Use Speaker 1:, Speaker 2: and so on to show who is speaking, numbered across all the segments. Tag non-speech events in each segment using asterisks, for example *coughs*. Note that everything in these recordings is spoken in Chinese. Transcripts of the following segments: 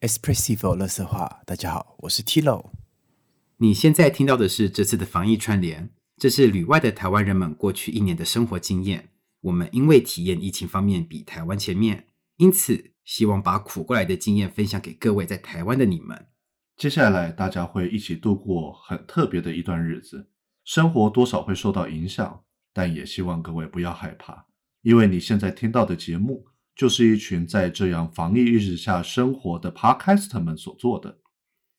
Speaker 1: Espressivo 乐色话，大家好，我是 Tilo。
Speaker 2: 你现在听到的是这次的防疫串联，这是旅外的台湾人们过去一年的生活经验。我们因为体验疫情方面比台湾前面，因此希望把苦过来的经验分享给各位在台湾的你们。
Speaker 3: 接下来大家会一起度过很特别的一段日子，生活多少会受到影响，但也希望各位不要害怕，因为你现在听到的节目就是一群在这样防疫意识下生活的 Podcast 们所做的。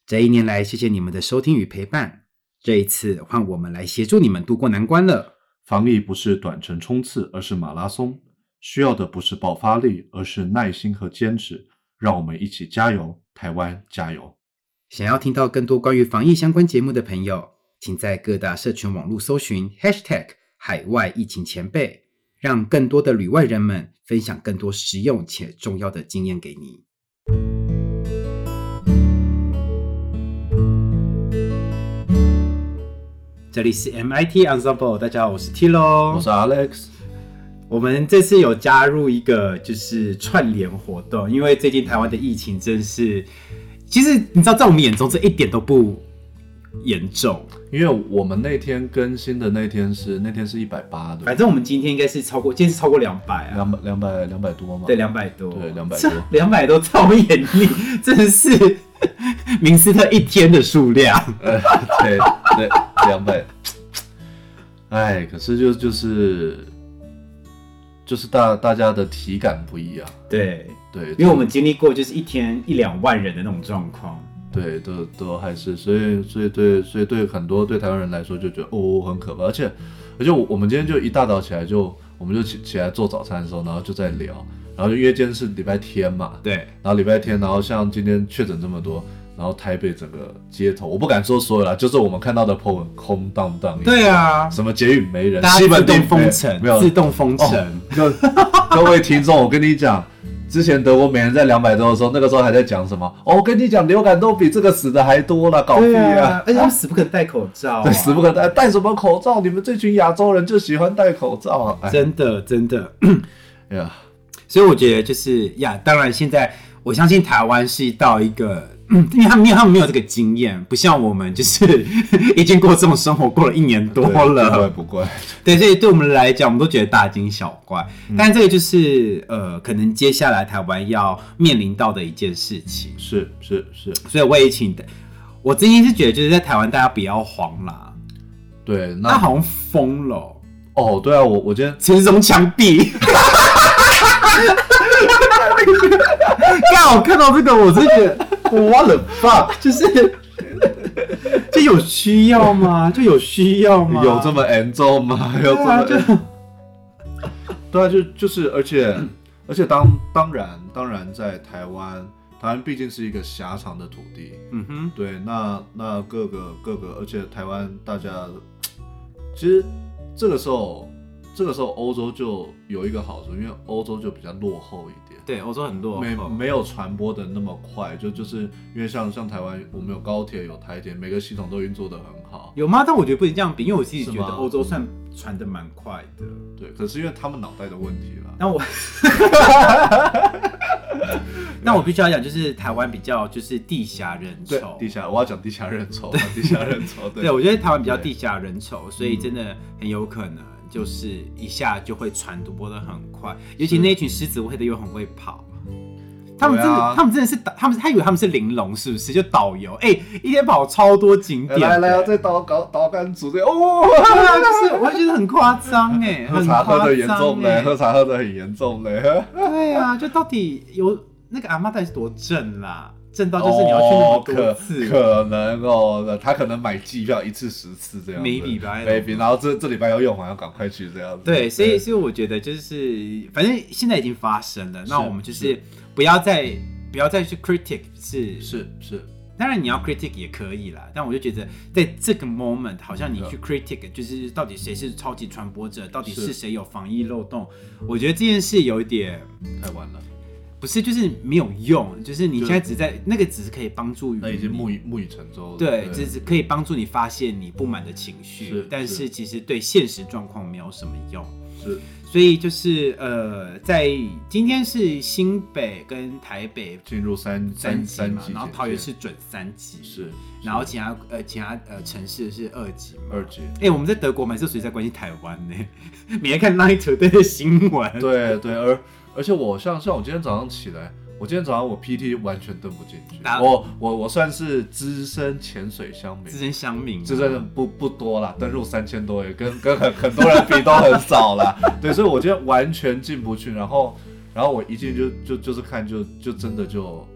Speaker 2: 这一年来，谢谢你们的收听与陪伴。这一次换我们来协助你们度过难关了。
Speaker 3: 防疫不是短程冲刺，而是马拉松，需要的不是爆发力，而是耐心和坚持。让我们一起加油，台湾加油！
Speaker 2: 想要听到更多关于防疫相关节目的朋友，请在各大社群网络搜寻 #hashtag 海外疫情前辈，让更多的旅外人们分享更多实用且重要的经验给你。这里是 MIT Ensemble，大家好，我是 Tilo，
Speaker 3: 我是 Alex，
Speaker 2: 我们这次有加入一个就是串联活动，因为最近台湾的疫情真是，其实你知道，在我们眼中这一点都不严重。
Speaker 3: 因为我们那天更新的那天是那天是一百八
Speaker 2: 反
Speaker 3: 的，
Speaker 2: 正我们今天应该是超过，今天是超过两百啊，
Speaker 3: 两百两百两百多嘛。
Speaker 2: 对，两百多，
Speaker 3: 对200多
Speaker 2: *laughs* 两百多超严厉，真是明斯特一天的数量。
Speaker 3: 呃， *laughs* 对对，两百。哎，可是就就是就是大大家的体感不一样，
Speaker 2: 对，
Speaker 3: 对，
Speaker 2: 因为我们经历过就是一天一两万人的那种状况。
Speaker 3: 对都都还是，所以所以对所以对很多对台湾人来说就觉得哦很可怕，而且而且我我们今天就一大早起来就我们就起起来做早餐的时候，然后就在聊，然后就因为今天是礼拜天嘛，
Speaker 2: 对，
Speaker 3: 然后礼拜天，然后像今天确诊这么多，然后台北整个街头，我不敢说所有啦，就是我们看到的 po 文空荡荡，
Speaker 2: 对啊，
Speaker 3: 什么捷运没人，
Speaker 2: 大家
Speaker 3: 西
Speaker 2: 自
Speaker 3: 门町
Speaker 2: 动封
Speaker 3: 没
Speaker 2: 城，
Speaker 3: 没有
Speaker 2: 自动封城。
Speaker 3: 哦各各位听众，我跟你讲，之前德国每人在两百多的时候，那个时候还在讲什么？哦，我跟你讲，流感都比这个死的还多了，搞屁
Speaker 2: 对
Speaker 3: 啊！
Speaker 2: 啊，而且他们死不肯戴口罩、啊
Speaker 3: 对，死不可戴，戴什么口罩？你们这群亚洲人就喜欢戴口罩啊！哎
Speaker 2: 真的真的。
Speaker 3: 呀，
Speaker 2: 所以我觉得就是呀，当然现在我相信台湾是到一个， *clears throat* 嗯因为他们因为他们没有这个经验，不像我们就是 *laughs* 已经过这种生活过了一年多
Speaker 3: 对
Speaker 2: 了，
Speaker 3: 不怪不怪，
Speaker 2: 对，所以对我们来讲，我们都觉得大惊小怪。
Speaker 3: 嗯
Speaker 2: 但这个就是呃，可能接下来台湾要面临到的一件事情，
Speaker 3: 是是是，
Speaker 2: 所以我也请的，我真心是觉得就是在台湾大家不要慌啦，
Speaker 3: 对，
Speaker 2: 他
Speaker 3: 那
Speaker 2: 好像疯了哦，
Speaker 3: 哦，对啊，我我今天
Speaker 2: 陈中墙壁。 *laughs* 刚我看到这个，我真觉得 what the fuck，就是这有需要吗？就有需要吗？
Speaker 3: *laughs*
Speaker 2: 啊
Speaker 3: 有这么嗯严重吗？有这么严重？对啊，就就是，而且 *coughs* 而且当当然当然，在台湾，台湾毕竟是一个狭长的土地，
Speaker 2: 嗯哼，
Speaker 3: 对，那那各个各个，而且台湾大家，其实这个时候这个时候欧洲就有一个好处，因为欧洲就比较落后一点。哦
Speaker 2: 对，欧洲很落
Speaker 3: 没没有传播的那么快，就就是因为像像台湾，我们有高铁有台铁，每个系统都运作的很好。
Speaker 2: 有吗？但我觉得不能这样比，因为我自己觉
Speaker 3: 是
Speaker 2: 得
Speaker 3: 吗
Speaker 2: 欧洲算传的蛮快的。
Speaker 3: 对，可是因为他们脑袋的问题啦。 *laughs*
Speaker 2: 那我， *laughs* 那我必须要讲，就是台湾比较就是地狭人
Speaker 3: 对
Speaker 2: 稠，，
Speaker 3: 地下我要讲地下人稠，地下人稠，
Speaker 2: *laughs*
Speaker 3: 对嗯
Speaker 2: 对，我觉得台湾比较地狭人稠，所以真的很有可能就是一下就会传播的很快，尤其那一群狮子会的又很会跑。他们真的，
Speaker 3: 对啊
Speaker 2: 他们真的是导，他们他以为他们是玲珑，是不是？就导游，哎、一天跑超多景
Speaker 3: 哎
Speaker 2: 点，
Speaker 3: 来来啊，再导搞导干组队哦，
Speaker 2: 对啊， *laughs* 就是我会觉得很夸张哎，
Speaker 3: *laughs* 喝
Speaker 2: 很
Speaker 3: 茶喝
Speaker 2: 夸
Speaker 3: 的严重
Speaker 2: 张
Speaker 3: 嘞，
Speaker 2: 哎，
Speaker 3: 喝茶喝的很严重嘞，
Speaker 2: 对啊，就到底有那个阿妈到底是多正啦，正到就是你要去那么多
Speaker 3: 哦
Speaker 2: 次，
Speaker 3: 可可能哦，那他可能买机票一次十次这样子
Speaker 2: Maybe 吧，I don't
Speaker 3: ，maybe，然后这这礼拜要用完，要赶快去这样子，
Speaker 2: 对，所以所以我觉得就是，反正现在已经发生了，那我们就是不要再不要再去 critic 是，
Speaker 3: 是是，
Speaker 2: 当然你要 critic 也可以啦，但我就觉得在这个 moment 好像你去 critic 就是到底谁是超级传播者，到底
Speaker 3: 是
Speaker 2: 是谁有防疫漏洞，我觉得这件事有一点。
Speaker 3: 太晚了，
Speaker 2: 嗯不是，就是没有用，就是你
Speaker 3: 就
Speaker 2: 现在只是在那个只是可以帮助于
Speaker 3: 那已
Speaker 2: 你
Speaker 3: 经木已木已成舟了，
Speaker 2: 对，只是可以帮助你发泄你不满的情绪
Speaker 3: 是，
Speaker 2: 但
Speaker 3: 是
Speaker 2: 是其实对现实状况没有什么用。
Speaker 3: 是是
Speaker 2: 所以就是呃，在今天是新北跟台北
Speaker 3: 进入三
Speaker 2: 三级
Speaker 3: 三
Speaker 2: 嘛，
Speaker 3: 级，
Speaker 2: 然后桃园是准三级，
Speaker 3: 是，
Speaker 2: 然后其他呃其他呃城市是二级嘛。
Speaker 3: 二级，
Speaker 2: 哎、我们在德国蛮是属于在关心台湾呢、 *laughs* 每天看 Line 球队的新 *laughs* 闻，
Speaker 3: 对对，而而且我像像我今天早上起来，我今天早上我 PT 完全登不进去，
Speaker 2: 打
Speaker 3: 我我我算是资深潜水乡民
Speaker 2: 资，深乡民、啊，
Speaker 3: 这真的不不多啦，登入三千多也跟跟很很多人比都很少
Speaker 2: *laughs*
Speaker 3: 啦。对，所以我今天完全进不去，然后然后我一进就就就是看就就真的就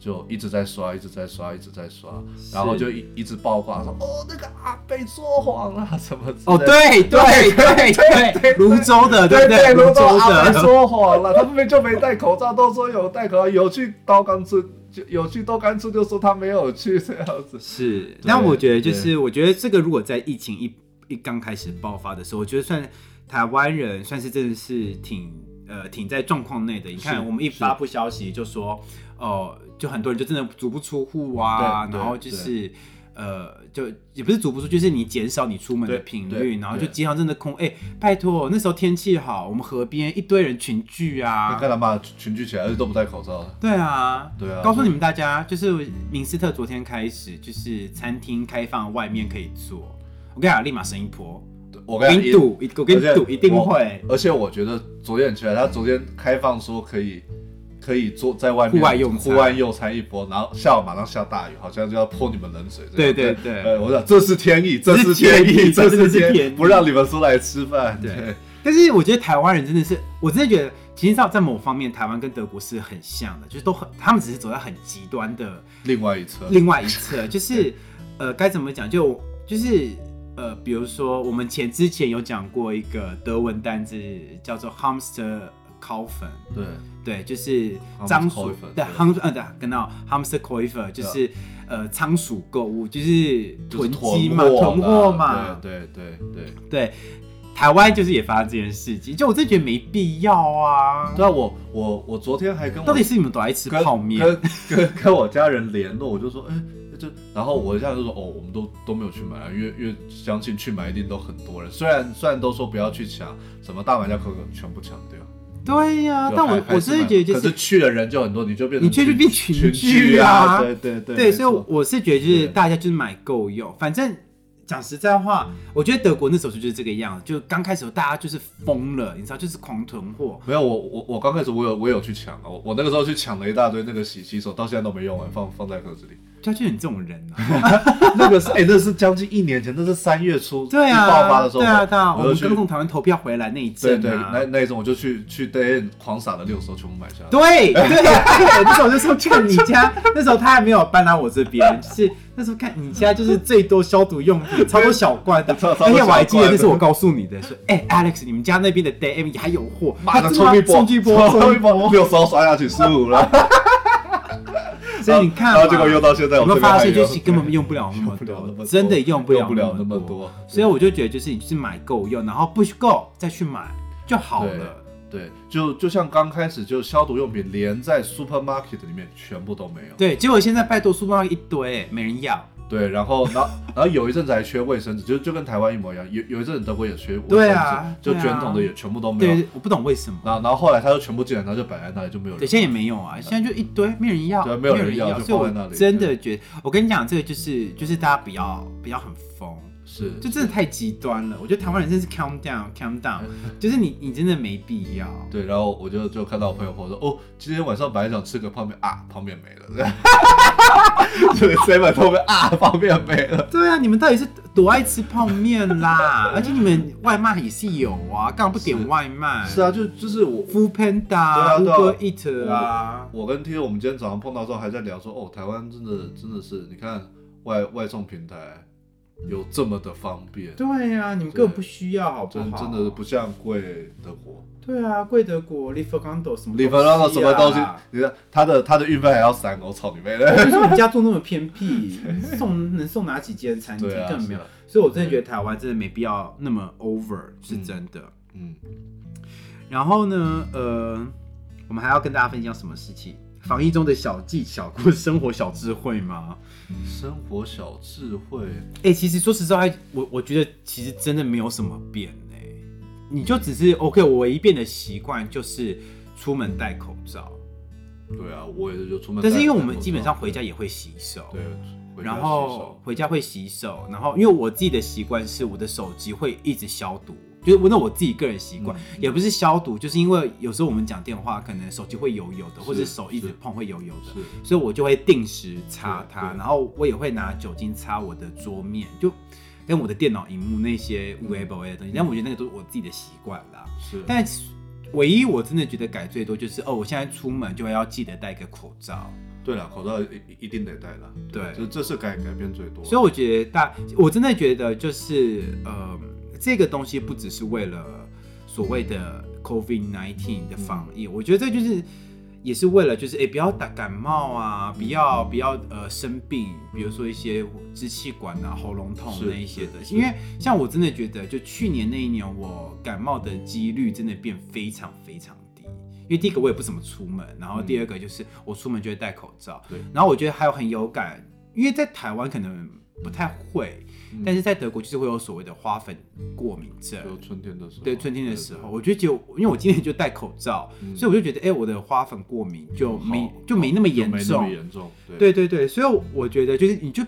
Speaker 3: 就一直在刷，一直在刷，一直在刷，然后就一一直爆挂说哦那个阿贝说谎啦什么之类的。
Speaker 2: 哦，对对对对，泸州的 *laughs* 对不对？
Speaker 3: 对对，
Speaker 2: 泸
Speaker 3: 泸州
Speaker 2: 州
Speaker 3: 阿贝
Speaker 2: 的，
Speaker 3: 说谎了，他明明就没戴口罩，都说有戴口罩，有去刀冈村，就有去豆干村就说他没有去这样子。
Speaker 2: 是。但我觉得就是，我觉得这个如果在疫情一一刚开始爆发的时候，我觉得算台湾人算是真的是挺呃挺在状况内的。你看，
Speaker 3: 是
Speaker 2: 我们一发布消息就说，哦、就很多人就真的足不出户啊，
Speaker 3: 对对
Speaker 2: 然后就是。呃，就也不是足不出，就是你减少你出门的
Speaker 3: 对
Speaker 2: 频
Speaker 3: 对
Speaker 2: 率，然后就
Speaker 3: 对
Speaker 2: 街上真的空。哎、拜托，那时候天气好，我们河边一堆人群聚啊，
Speaker 3: 你看他妈群聚起来，而且都不戴口罩。
Speaker 2: 对啊，
Speaker 3: 对啊
Speaker 2: 告诉你们大家，就是明斯特昨天开始，就是餐厅开放，外面可以坐。我跟你讲，立马升一波，
Speaker 3: 我
Speaker 2: 我跟
Speaker 3: 跟
Speaker 2: 你
Speaker 3: 你
Speaker 2: 赌，我跟你
Speaker 3: 而且
Speaker 2: 赌，一定
Speaker 3: 我
Speaker 2: 会。
Speaker 3: 而且我觉得昨天很奇怪，他昨天开放说可以可以坐在外面
Speaker 2: 户外用餐
Speaker 3: 户外用餐一波，然后下午马上下大雨，好像就要泼你们冷水这
Speaker 2: 对
Speaker 3: 样。
Speaker 2: 对对
Speaker 3: 呃，我想这是天意，这
Speaker 2: 是
Speaker 3: 是天
Speaker 2: 天意
Speaker 3: 意，这
Speaker 2: 这
Speaker 3: 是
Speaker 2: 是天
Speaker 3: 天
Speaker 2: 意
Speaker 3: 意，不让你们出来吃饭。
Speaker 2: 对
Speaker 3: 对
Speaker 2: 但是我觉得台湾人真的是，我真的觉得，其实在在某方面，台湾跟德国是很像的，就是都很，他们只是走在很极端的
Speaker 3: 另外一侧，
Speaker 2: 另外一侧，就是呃，该怎么讲，就就是呃，比如说我们前之前有讲过一个德文单字叫做 hamster kaufen，
Speaker 3: 对
Speaker 2: 对，就是仓鼠
Speaker 3: Hamsterkäufer，
Speaker 2: 对
Speaker 3: 对
Speaker 2: ham 呃对，跟到 hamster coifer 就是呃仓鼠购物，就是
Speaker 3: 就是
Speaker 2: 囤积嘛，
Speaker 3: 货
Speaker 2: 囤
Speaker 3: 啦
Speaker 2: 货嘛，
Speaker 3: 对对对对。
Speaker 2: 对。台湾就是也发生这件事情，就我真的觉得没必要啊。
Speaker 3: 对啊，我我我昨天还跟我
Speaker 2: 到底是你们都爱吃
Speaker 3: 跟
Speaker 2: 泡面？
Speaker 3: 跟跟 *laughs* 跟我家人联络，我就说，哎、这，然后我家人就说，哦，我们都都没有去买啊，因为因为相信去买一定都很多人，虽然虽然都说不要去抢，什么大买家可可全部抢掉，
Speaker 2: 对呀、
Speaker 3: 就
Speaker 2: 但我
Speaker 3: 还还
Speaker 2: 我真的
Speaker 3: 蛮
Speaker 2: 觉得就
Speaker 3: 可是去的人就很多，你就变成
Speaker 2: 你确实变群聚
Speaker 3: 群聚
Speaker 2: 啊
Speaker 3: 对对对，
Speaker 2: 对，
Speaker 3: 没
Speaker 2: 所以
Speaker 3: 错
Speaker 2: 我是觉得就是
Speaker 3: 对
Speaker 2: 大家就是买够用，反正。讲实在
Speaker 3: 嗯
Speaker 2: 话，我觉得德国那时候就是这个样子，就刚开始的时候大家就是疯了，你知道，就是狂囤货。
Speaker 3: 没有我我我刚开始我有我有去抢啊，我我那个时候去抢了一大堆那个洗洗手，到现在都没用完，放放在盒子里。
Speaker 2: 就就是你这种人啊，
Speaker 3: 那个是哎、那是将近一年前，那是三月初
Speaker 2: 对啊，
Speaker 3: 一爆发的时候，
Speaker 2: 对啊，对啊，我
Speaker 3: 我就
Speaker 2: 们
Speaker 3: 去
Speaker 2: 跟共台湾投票回来那一
Speaker 3: 对
Speaker 2: 阵
Speaker 3: 对，
Speaker 2: 啊，
Speaker 3: 那那一种我就去去 day in 狂撒了六手，全部买下来。
Speaker 2: 对对 *laughs* 对，那时候我就说看你家，那时候他还没有搬来我这边，就是那时候看你家就是最多消毒用品，超多小罐的，
Speaker 3: *laughs* 超超多
Speaker 2: 而且我还记得
Speaker 3: 小罐的
Speaker 2: 那是我告诉你的，说哎、Alex，你们家那边的 Day M 还有货，
Speaker 3: *laughs*
Speaker 2: 啊
Speaker 3: 马上
Speaker 2: 他
Speaker 3: 啊冲一波，
Speaker 2: 冲一波，
Speaker 3: 冲
Speaker 2: 冲
Speaker 3: 一
Speaker 2: 一
Speaker 3: *laughs*
Speaker 2: 波，
Speaker 3: 波，六手刷下去十五
Speaker 2: *laughs*
Speaker 3: 了。
Speaker 2: 所以你看嘛，
Speaker 3: 然后结果又到现在，
Speaker 2: 有
Speaker 3: 我
Speaker 2: 没
Speaker 3: 这
Speaker 2: 有
Speaker 3: 边
Speaker 2: 发
Speaker 3: 还
Speaker 2: 现，
Speaker 3: 有
Speaker 2: 就是根本用不了那么
Speaker 3: *laughs* 用不了那么多
Speaker 2: 真的用不了
Speaker 3: 用不了那
Speaker 2: 么
Speaker 3: 么多
Speaker 2: 所以我就觉得，就是你就是买够用，然后不够再去买就好了。
Speaker 3: 对，就就像刚开始就消毒用品，连在 supermarket 里面全部都没有。
Speaker 2: 对，结果现在拜托书包一堆，没人要。
Speaker 3: 对，然后然后然后有一阵子还缺卫生纸，就就跟台湾一模一样。有有一阵子德国也缺卫生纸，
Speaker 2: 对啊
Speaker 3: 就
Speaker 2: 对啊
Speaker 3: 卷筒的也全部都没有。
Speaker 2: 对，我不懂为什么。
Speaker 3: 然后然后后来他就全部进来，然后就摆在那里就没有人
Speaker 2: 对，。现在也没有啊，现在就一堆，没人要，
Speaker 3: 对
Speaker 2: 没
Speaker 3: 没有人要
Speaker 2: 要，
Speaker 3: 就
Speaker 2: 所以
Speaker 3: 放在那
Speaker 2: 我
Speaker 3: 里
Speaker 2: 真的觉得，我跟你讲，这个就是就是大家不要不要很疯，
Speaker 3: 是，
Speaker 2: 就真的太极端了。我觉得台湾人真是 calm down calm down，就是你你真的没必要。
Speaker 3: 对，然后我就就看到我朋友跟我说，哦，今天晚上本来想吃个泡面啊，泡面没了， *laughs* 就是 seven 泡面啊，泡面没了。
Speaker 2: 对啊，你们到底是多爱吃泡面
Speaker 3: *laughs*
Speaker 2: 啦？而且你们外卖也是有啊，干嘛不点外卖？
Speaker 3: 是啊，就就是我
Speaker 2: Food Panda、
Speaker 3: 对啊
Speaker 2: Uber
Speaker 3: 对
Speaker 2: Eat 啊，
Speaker 3: 我跟 T，我们今天早上碰到之后还在聊说，哦，台湾真的真的是，你看外外送平台有这么的方便，
Speaker 2: 对啊，你们根本不需要，好不
Speaker 3: 真
Speaker 2: 好？
Speaker 3: 真的不像贵德国，
Speaker 2: 对啊，贵德国 l i f e g a n d o 什么、啊
Speaker 3: 里弗拉的什么东西，你看他的他的运费还要三欧，操你妹的！
Speaker 2: 就是我们家住那么偏僻，送能送哪几间餐厅
Speaker 3: 对啊
Speaker 2: 根本没有
Speaker 3: 是啊，
Speaker 2: 所以我真的觉得台湾真的没必要那么 over，是真的。
Speaker 3: 嗯，
Speaker 2: 然后呢，呃，我们还要跟大家分享什么事情？防疫中的小技巧或生活小智慧吗？
Speaker 3: 生活小智慧，
Speaker 2: 哎、其实说实在，我我觉得其实真的没有什么变哎、你就只是 OK，我唯一变的习惯就是出门戴口罩，
Speaker 3: 对啊，我也是就出嗯门戴。
Speaker 2: 但是因为我们基本上回家也会洗手，
Speaker 3: 对，回家
Speaker 2: 然
Speaker 3: 洗
Speaker 2: 后
Speaker 3: 手
Speaker 2: 回家会洗手，然后因为我自己的习惯是我的手机会一直消毒，就是我那我自己个人习惯，
Speaker 3: 嗯
Speaker 2: 也不是消毒，就是因为有时候我们讲电话，可能手机会油油的，或者
Speaker 3: 是
Speaker 2: 手一直
Speaker 3: 是
Speaker 2: 碰会油油的，
Speaker 3: 是
Speaker 2: 所以我就会定时擦它，
Speaker 3: 对对
Speaker 2: 然后我也会拿酒精擦我的桌面，就跟我的电脑荧幕那些无微不微的
Speaker 3: 嗯
Speaker 2: 东西，但我觉得那个都是我自己的习惯啦。
Speaker 3: 是，
Speaker 2: 但唯一我真的觉得改最多就是哦，我现在出门就会要记得戴个口罩，
Speaker 3: 对了，口罩一一定得戴了，
Speaker 2: 对，
Speaker 3: 这这是改改变最多。
Speaker 2: 所以我觉得大，我真的觉得就是呃，这个东西不只是为了所谓的 COVID 1 9的防疫，我觉得这就是也是为了就是哎、诶不要打感冒啊，不要
Speaker 3: 嗯
Speaker 2: 不要呃生病，比如说一些支气管啊、喉咙痛
Speaker 3: 是
Speaker 2: 那一些的，
Speaker 3: 是
Speaker 2: 因为像我真的觉得，就去年那一年我感冒的几率真的变非常非常低。因为第一个我也不怎么出门，然后第二
Speaker 3: 嗯
Speaker 2: 个就是我出门就会戴口罩，
Speaker 3: 对
Speaker 2: 然后我觉得还有很有感，因为在台湾可能不太会，
Speaker 3: 嗯
Speaker 2: 但是在德国就是会有所谓的花粉过敏症。
Speaker 3: 就春天的时候，
Speaker 2: 对春天的时候，
Speaker 3: 对，
Speaker 2: 我就觉得，因为我今天就戴口罩，
Speaker 3: 嗯
Speaker 2: 所以我就觉得，哎、我的花粉过敏就
Speaker 3: 好
Speaker 2: 没就没那么
Speaker 3: 就
Speaker 2: 严
Speaker 3: 没那么
Speaker 2: 重。
Speaker 3: 严重，对
Speaker 2: 对对对，所以我觉得就是你就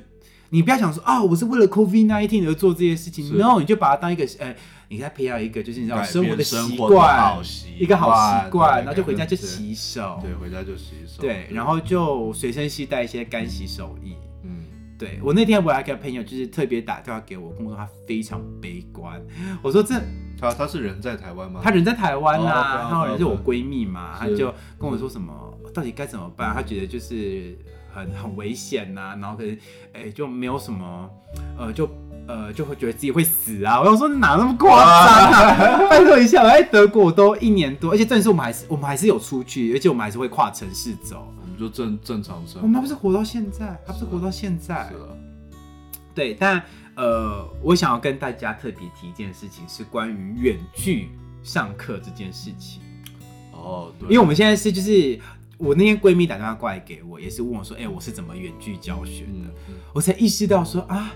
Speaker 2: 你不要想说啊，我是为了 COVID 1 9而做这些事情
Speaker 3: 是
Speaker 2: ，no，你就把它当一个呃，你给它培养一个就是你知道
Speaker 3: 改变
Speaker 2: 生活的
Speaker 3: 生
Speaker 2: 习
Speaker 3: 活的
Speaker 2: 惯
Speaker 3: 好，习
Speaker 2: 一个好习
Speaker 3: 惯
Speaker 2: 惯，然
Speaker 3: 对
Speaker 2: 后就回家就
Speaker 3: 改变
Speaker 2: 洗手，
Speaker 3: 对，回家就洗手，
Speaker 2: 对，然后就随身携带一些干洗手液。
Speaker 3: 嗯，
Speaker 2: 对我那天我还跟朋友就是特别打电话给我，跟我说他非常悲观。 *laughs* 我说这
Speaker 3: 他他是人在台湾吗？
Speaker 2: 他人在台湾啊啦、
Speaker 3: 哦，OK，OK，OK
Speaker 2: 然后人是我闺蜜嘛，她
Speaker 3: 是
Speaker 2: 就跟我说什么到底该怎么办，她觉得就是很很危险呐、然后可能哎、就没有什么呃就。呃，就会觉得自己会死啊！我想说哪那么夸张啊！ *laughs* 拜托一下，我在德国都一年多，而且正是我们还是我们还是有出去，而且我们还是会跨城市走。
Speaker 3: 我们就正正常生活，
Speaker 2: 我哦妈不是活到现在，她不是活到现在。
Speaker 3: 是啊，
Speaker 2: 对，但呃，我想要跟大家特别提一件事情，是关于远距上课这件事情。
Speaker 3: 哦，对，
Speaker 2: 因为我们现在是就是我那天闺蜜打电话过来给我，也是问我说，哎、我是怎么远距教学的？
Speaker 3: 嗯，嗯
Speaker 2: 我才意识到说啊，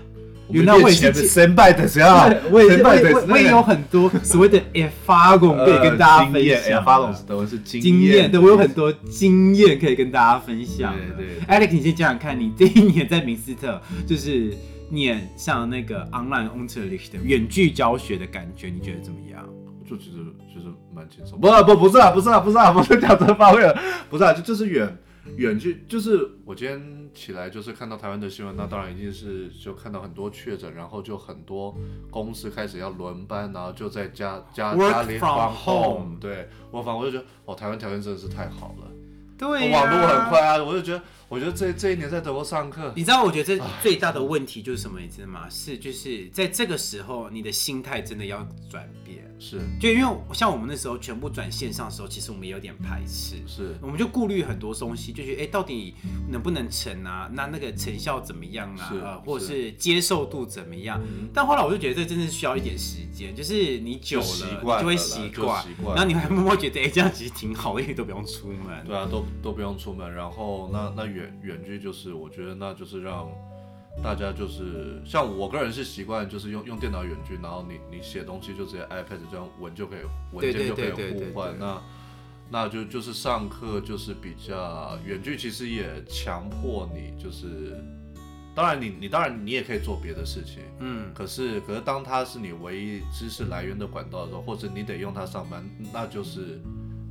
Speaker 3: 们
Speaker 2: 原来我也
Speaker 3: 变
Speaker 2: 是
Speaker 3: 成
Speaker 2: 这。
Speaker 3: 先拜的是啊
Speaker 2: 对，我也是，
Speaker 3: 先
Speaker 2: 我
Speaker 3: 拜的
Speaker 2: 也
Speaker 3: 是
Speaker 2: 我我也有很多所谓的发功可以跟大家分
Speaker 3: 呃经验
Speaker 2: 享。
Speaker 3: 哎发懂德文是经
Speaker 2: 经验，对我有很
Speaker 3: 多
Speaker 2: 多经验可以跟大家分享的。
Speaker 3: 对对
Speaker 2: a l e x 你先讲讲看，你这一年在明斯特就是念上那个 online Unterricht 的远距教学的感觉，你觉得怎么样？
Speaker 3: 就其实其实蛮轻松。不不不是啊，不是啊，不是啊，不是讲这发挥了，不是啊，就就是远远距，就是我今天起来就是看到台湾的新闻，那当然一定是就看到很多确诊，然后就很多公司开始要轮班，然后就在家家
Speaker 2: Work
Speaker 3: 家里
Speaker 2: from
Speaker 3: from
Speaker 2: home
Speaker 3: 对我反我就觉得哦，台湾条件真的是太好了，
Speaker 2: 对、
Speaker 3: 网络很快。啊，我就觉得我觉得这这一年在德国上课
Speaker 2: 你知道，我觉得这最大的问题就是什么，你知道吗？是就是在这个时候，你的心态真的要转变。
Speaker 3: 是
Speaker 2: 就因为像我们那时候全部转线上的时候，其实我们也有点排斥。
Speaker 3: 是
Speaker 2: 我们就顾虑很多东西，就觉得哎、诶到底能不能成啊？那那个成效怎么样啊？
Speaker 3: 是
Speaker 2: 呃，或者
Speaker 3: 是
Speaker 2: 是接受度怎么样？
Speaker 3: 嗯
Speaker 2: 但后来我就觉得这真的是需要一点时间，就是你久了
Speaker 3: 就习
Speaker 2: 你
Speaker 3: 惯
Speaker 2: 就会
Speaker 3: 了啦
Speaker 2: 习
Speaker 3: 就
Speaker 2: 惯
Speaker 3: 习，惯
Speaker 2: 然后你还默默觉得哎、诶这样其实挺好的，因为都不用出门。
Speaker 3: 对啊，都都不用出门，然后那那远远距就是，我觉得那就是让大家就是像我个人是习惯就是用用电脑远距，然后你你写东西就直接 iPad 这样文就可以文
Speaker 2: 对对
Speaker 3: 件就可以
Speaker 2: 对对对
Speaker 3: 互换，
Speaker 2: 对
Speaker 3: 那那就就是上课就是比较远距，其实也强迫你就是，当然你你当然你也可以做别的事情，
Speaker 2: 嗯，
Speaker 3: 可是，可是当它是你唯一知识来源的管道的时候，或者你得用它上班，那就是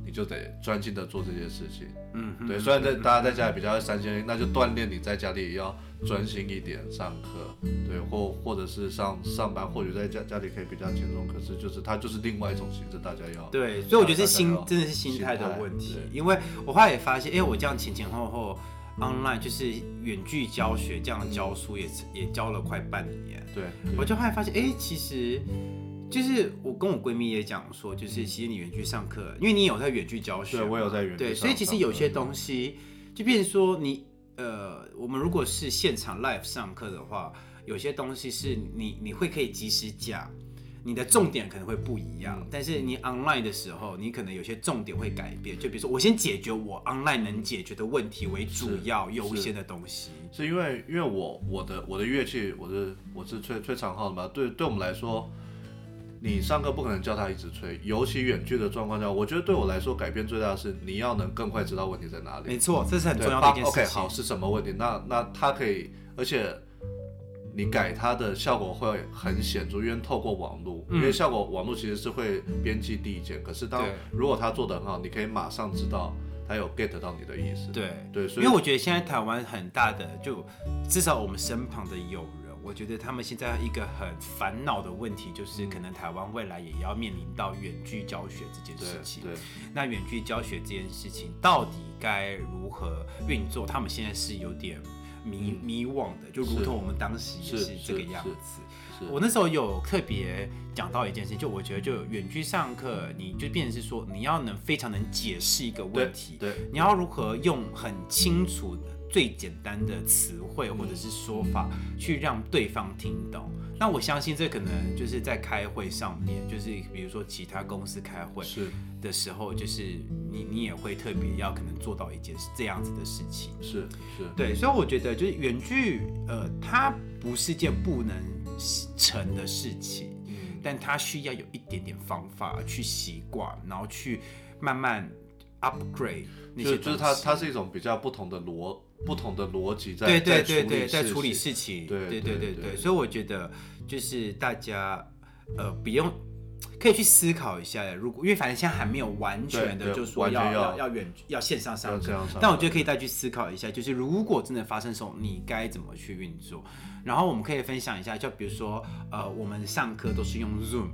Speaker 3: 你就得专心的做这些事情。
Speaker 2: 嗯
Speaker 3: 对，虽然在大家在家里比较三心，那就锻炼你在家里也要专心一点上课，对，或或者是上上班，或许在家家里可以比较轻松，可是就是它就是另外一种形式，大家要
Speaker 2: 对，所以我觉得是心
Speaker 3: 大家要
Speaker 2: 真的是心态
Speaker 3: 心
Speaker 2: 的
Speaker 3: 态
Speaker 2: 问题，
Speaker 3: 对
Speaker 2: 因为我后来也发现，哎、我这样前前后后 online 就是远距教学这样教书也是也教了快半年。
Speaker 3: 对，
Speaker 2: 我
Speaker 3: 嗯
Speaker 2: 就后来发现，哎、其实就是我跟我闺蜜也讲说，就是其实你远距上课，因为你有在远距教学嘛，
Speaker 3: 嗯对我有在远距
Speaker 2: 对，
Speaker 3: 上
Speaker 2: 所以其实
Speaker 3: 上
Speaker 2: 有
Speaker 3: 课嗯
Speaker 2: 些
Speaker 3: 对
Speaker 2: 东西就变成说你呃，我们如果是现场 live 上课的话，有些东西是你你会可以及时讲。你的重点可能会不一样，
Speaker 3: 嗯
Speaker 2: 但是你 online 的时候，你可能有些重点会改变。就比如说，我先解决我 online 能解决的问题为主
Speaker 3: 是
Speaker 2: 要优
Speaker 3: 是
Speaker 2: 先的东西。
Speaker 3: 是因为因为我我的我的乐器我是我是吹吹长号的嘛，对对我们来说，你上课不可能叫他一直催，尤其远距的状况下，我觉得对我来说改变最大的是你要能更快知道问题在哪里。
Speaker 2: 没错，这是很
Speaker 3: 嗯对
Speaker 2: 重要的
Speaker 3: 帮
Speaker 2: 一件事
Speaker 3: OK，
Speaker 2: 情。
Speaker 3: 好，是什么问题？那那他可以，而且你改它的效果会很显著，因为透过网络，
Speaker 2: 嗯
Speaker 3: 因为效果网络其实是会编辑递减，可是当
Speaker 2: 对
Speaker 3: 如果他做的很好，你可以马上知道他有 get 到你的意思。
Speaker 2: 对
Speaker 3: 对，所
Speaker 2: 因
Speaker 3: 以
Speaker 2: 为我觉得现在台湾很大的，就至少我们身旁的友人，我觉得他们现在一个很烦恼的问题，
Speaker 3: 嗯
Speaker 2: 就是可能台湾未来也要面临到远距教学这件
Speaker 3: 对
Speaker 2: 事情。
Speaker 3: 对
Speaker 2: 那远距教学这件事情到底该如何运作？他们现在是有点迷迷惘的，就如
Speaker 3: 嗯是
Speaker 2: 同我们当时也
Speaker 3: 是
Speaker 2: 是这个
Speaker 3: 是
Speaker 2: 样
Speaker 3: 是
Speaker 2: 子。
Speaker 3: 是
Speaker 2: 我那时候有特别讲到一件事情，就我觉得就远距上课，你就变成是说你要能非常能解释一个
Speaker 3: 对
Speaker 2: 问题，
Speaker 3: 对
Speaker 2: 你要如何用很清楚的、最简单的词汇或者是说法去让对方听懂？那我相信这可能就是在开会上面，就是比如说其他公司开会
Speaker 3: 是
Speaker 2: 的时候，就是你你也会特别要可能做到一件事这样子的事情。
Speaker 3: 是是，
Speaker 2: 对，所以我觉得就是远距，呃，它不是件不能成的事情，
Speaker 3: 嗯
Speaker 2: 但它需要有一点点方法去习惯，然后去慢慢 upgrade 那
Speaker 3: 就
Speaker 2: 些
Speaker 3: 是就是它
Speaker 2: 东西
Speaker 3: 它是一种比较不同的逻不同的逻辑在
Speaker 2: 对对对对，在
Speaker 3: 在
Speaker 2: 处理
Speaker 3: 情
Speaker 2: 事情，
Speaker 3: 对
Speaker 2: 对
Speaker 3: 对
Speaker 2: 对
Speaker 3: 对
Speaker 2: 对，所以我觉得就是大家呃不用。可以去思考一下，如果因为反正现在还没有完全
Speaker 3: 嗯对
Speaker 2: 的，
Speaker 3: 对
Speaker 2: 就说
Speaker 3: 完全
Speaker 2: 要
Speaker 3: 要
Speaker 2: 要要远要线上上
Speaker 3: 要线
Speaker 2: 课
Speaker 3: 上上，
Speaker 2: 但我
Speaker 3: 课嗯
Speaker 2: 觉得可以再去思考一下，就是如果真的发生的时候，你该怎么去运作。然后我们可以分享一下，就比如说呃，我们上课都是用 Zoom，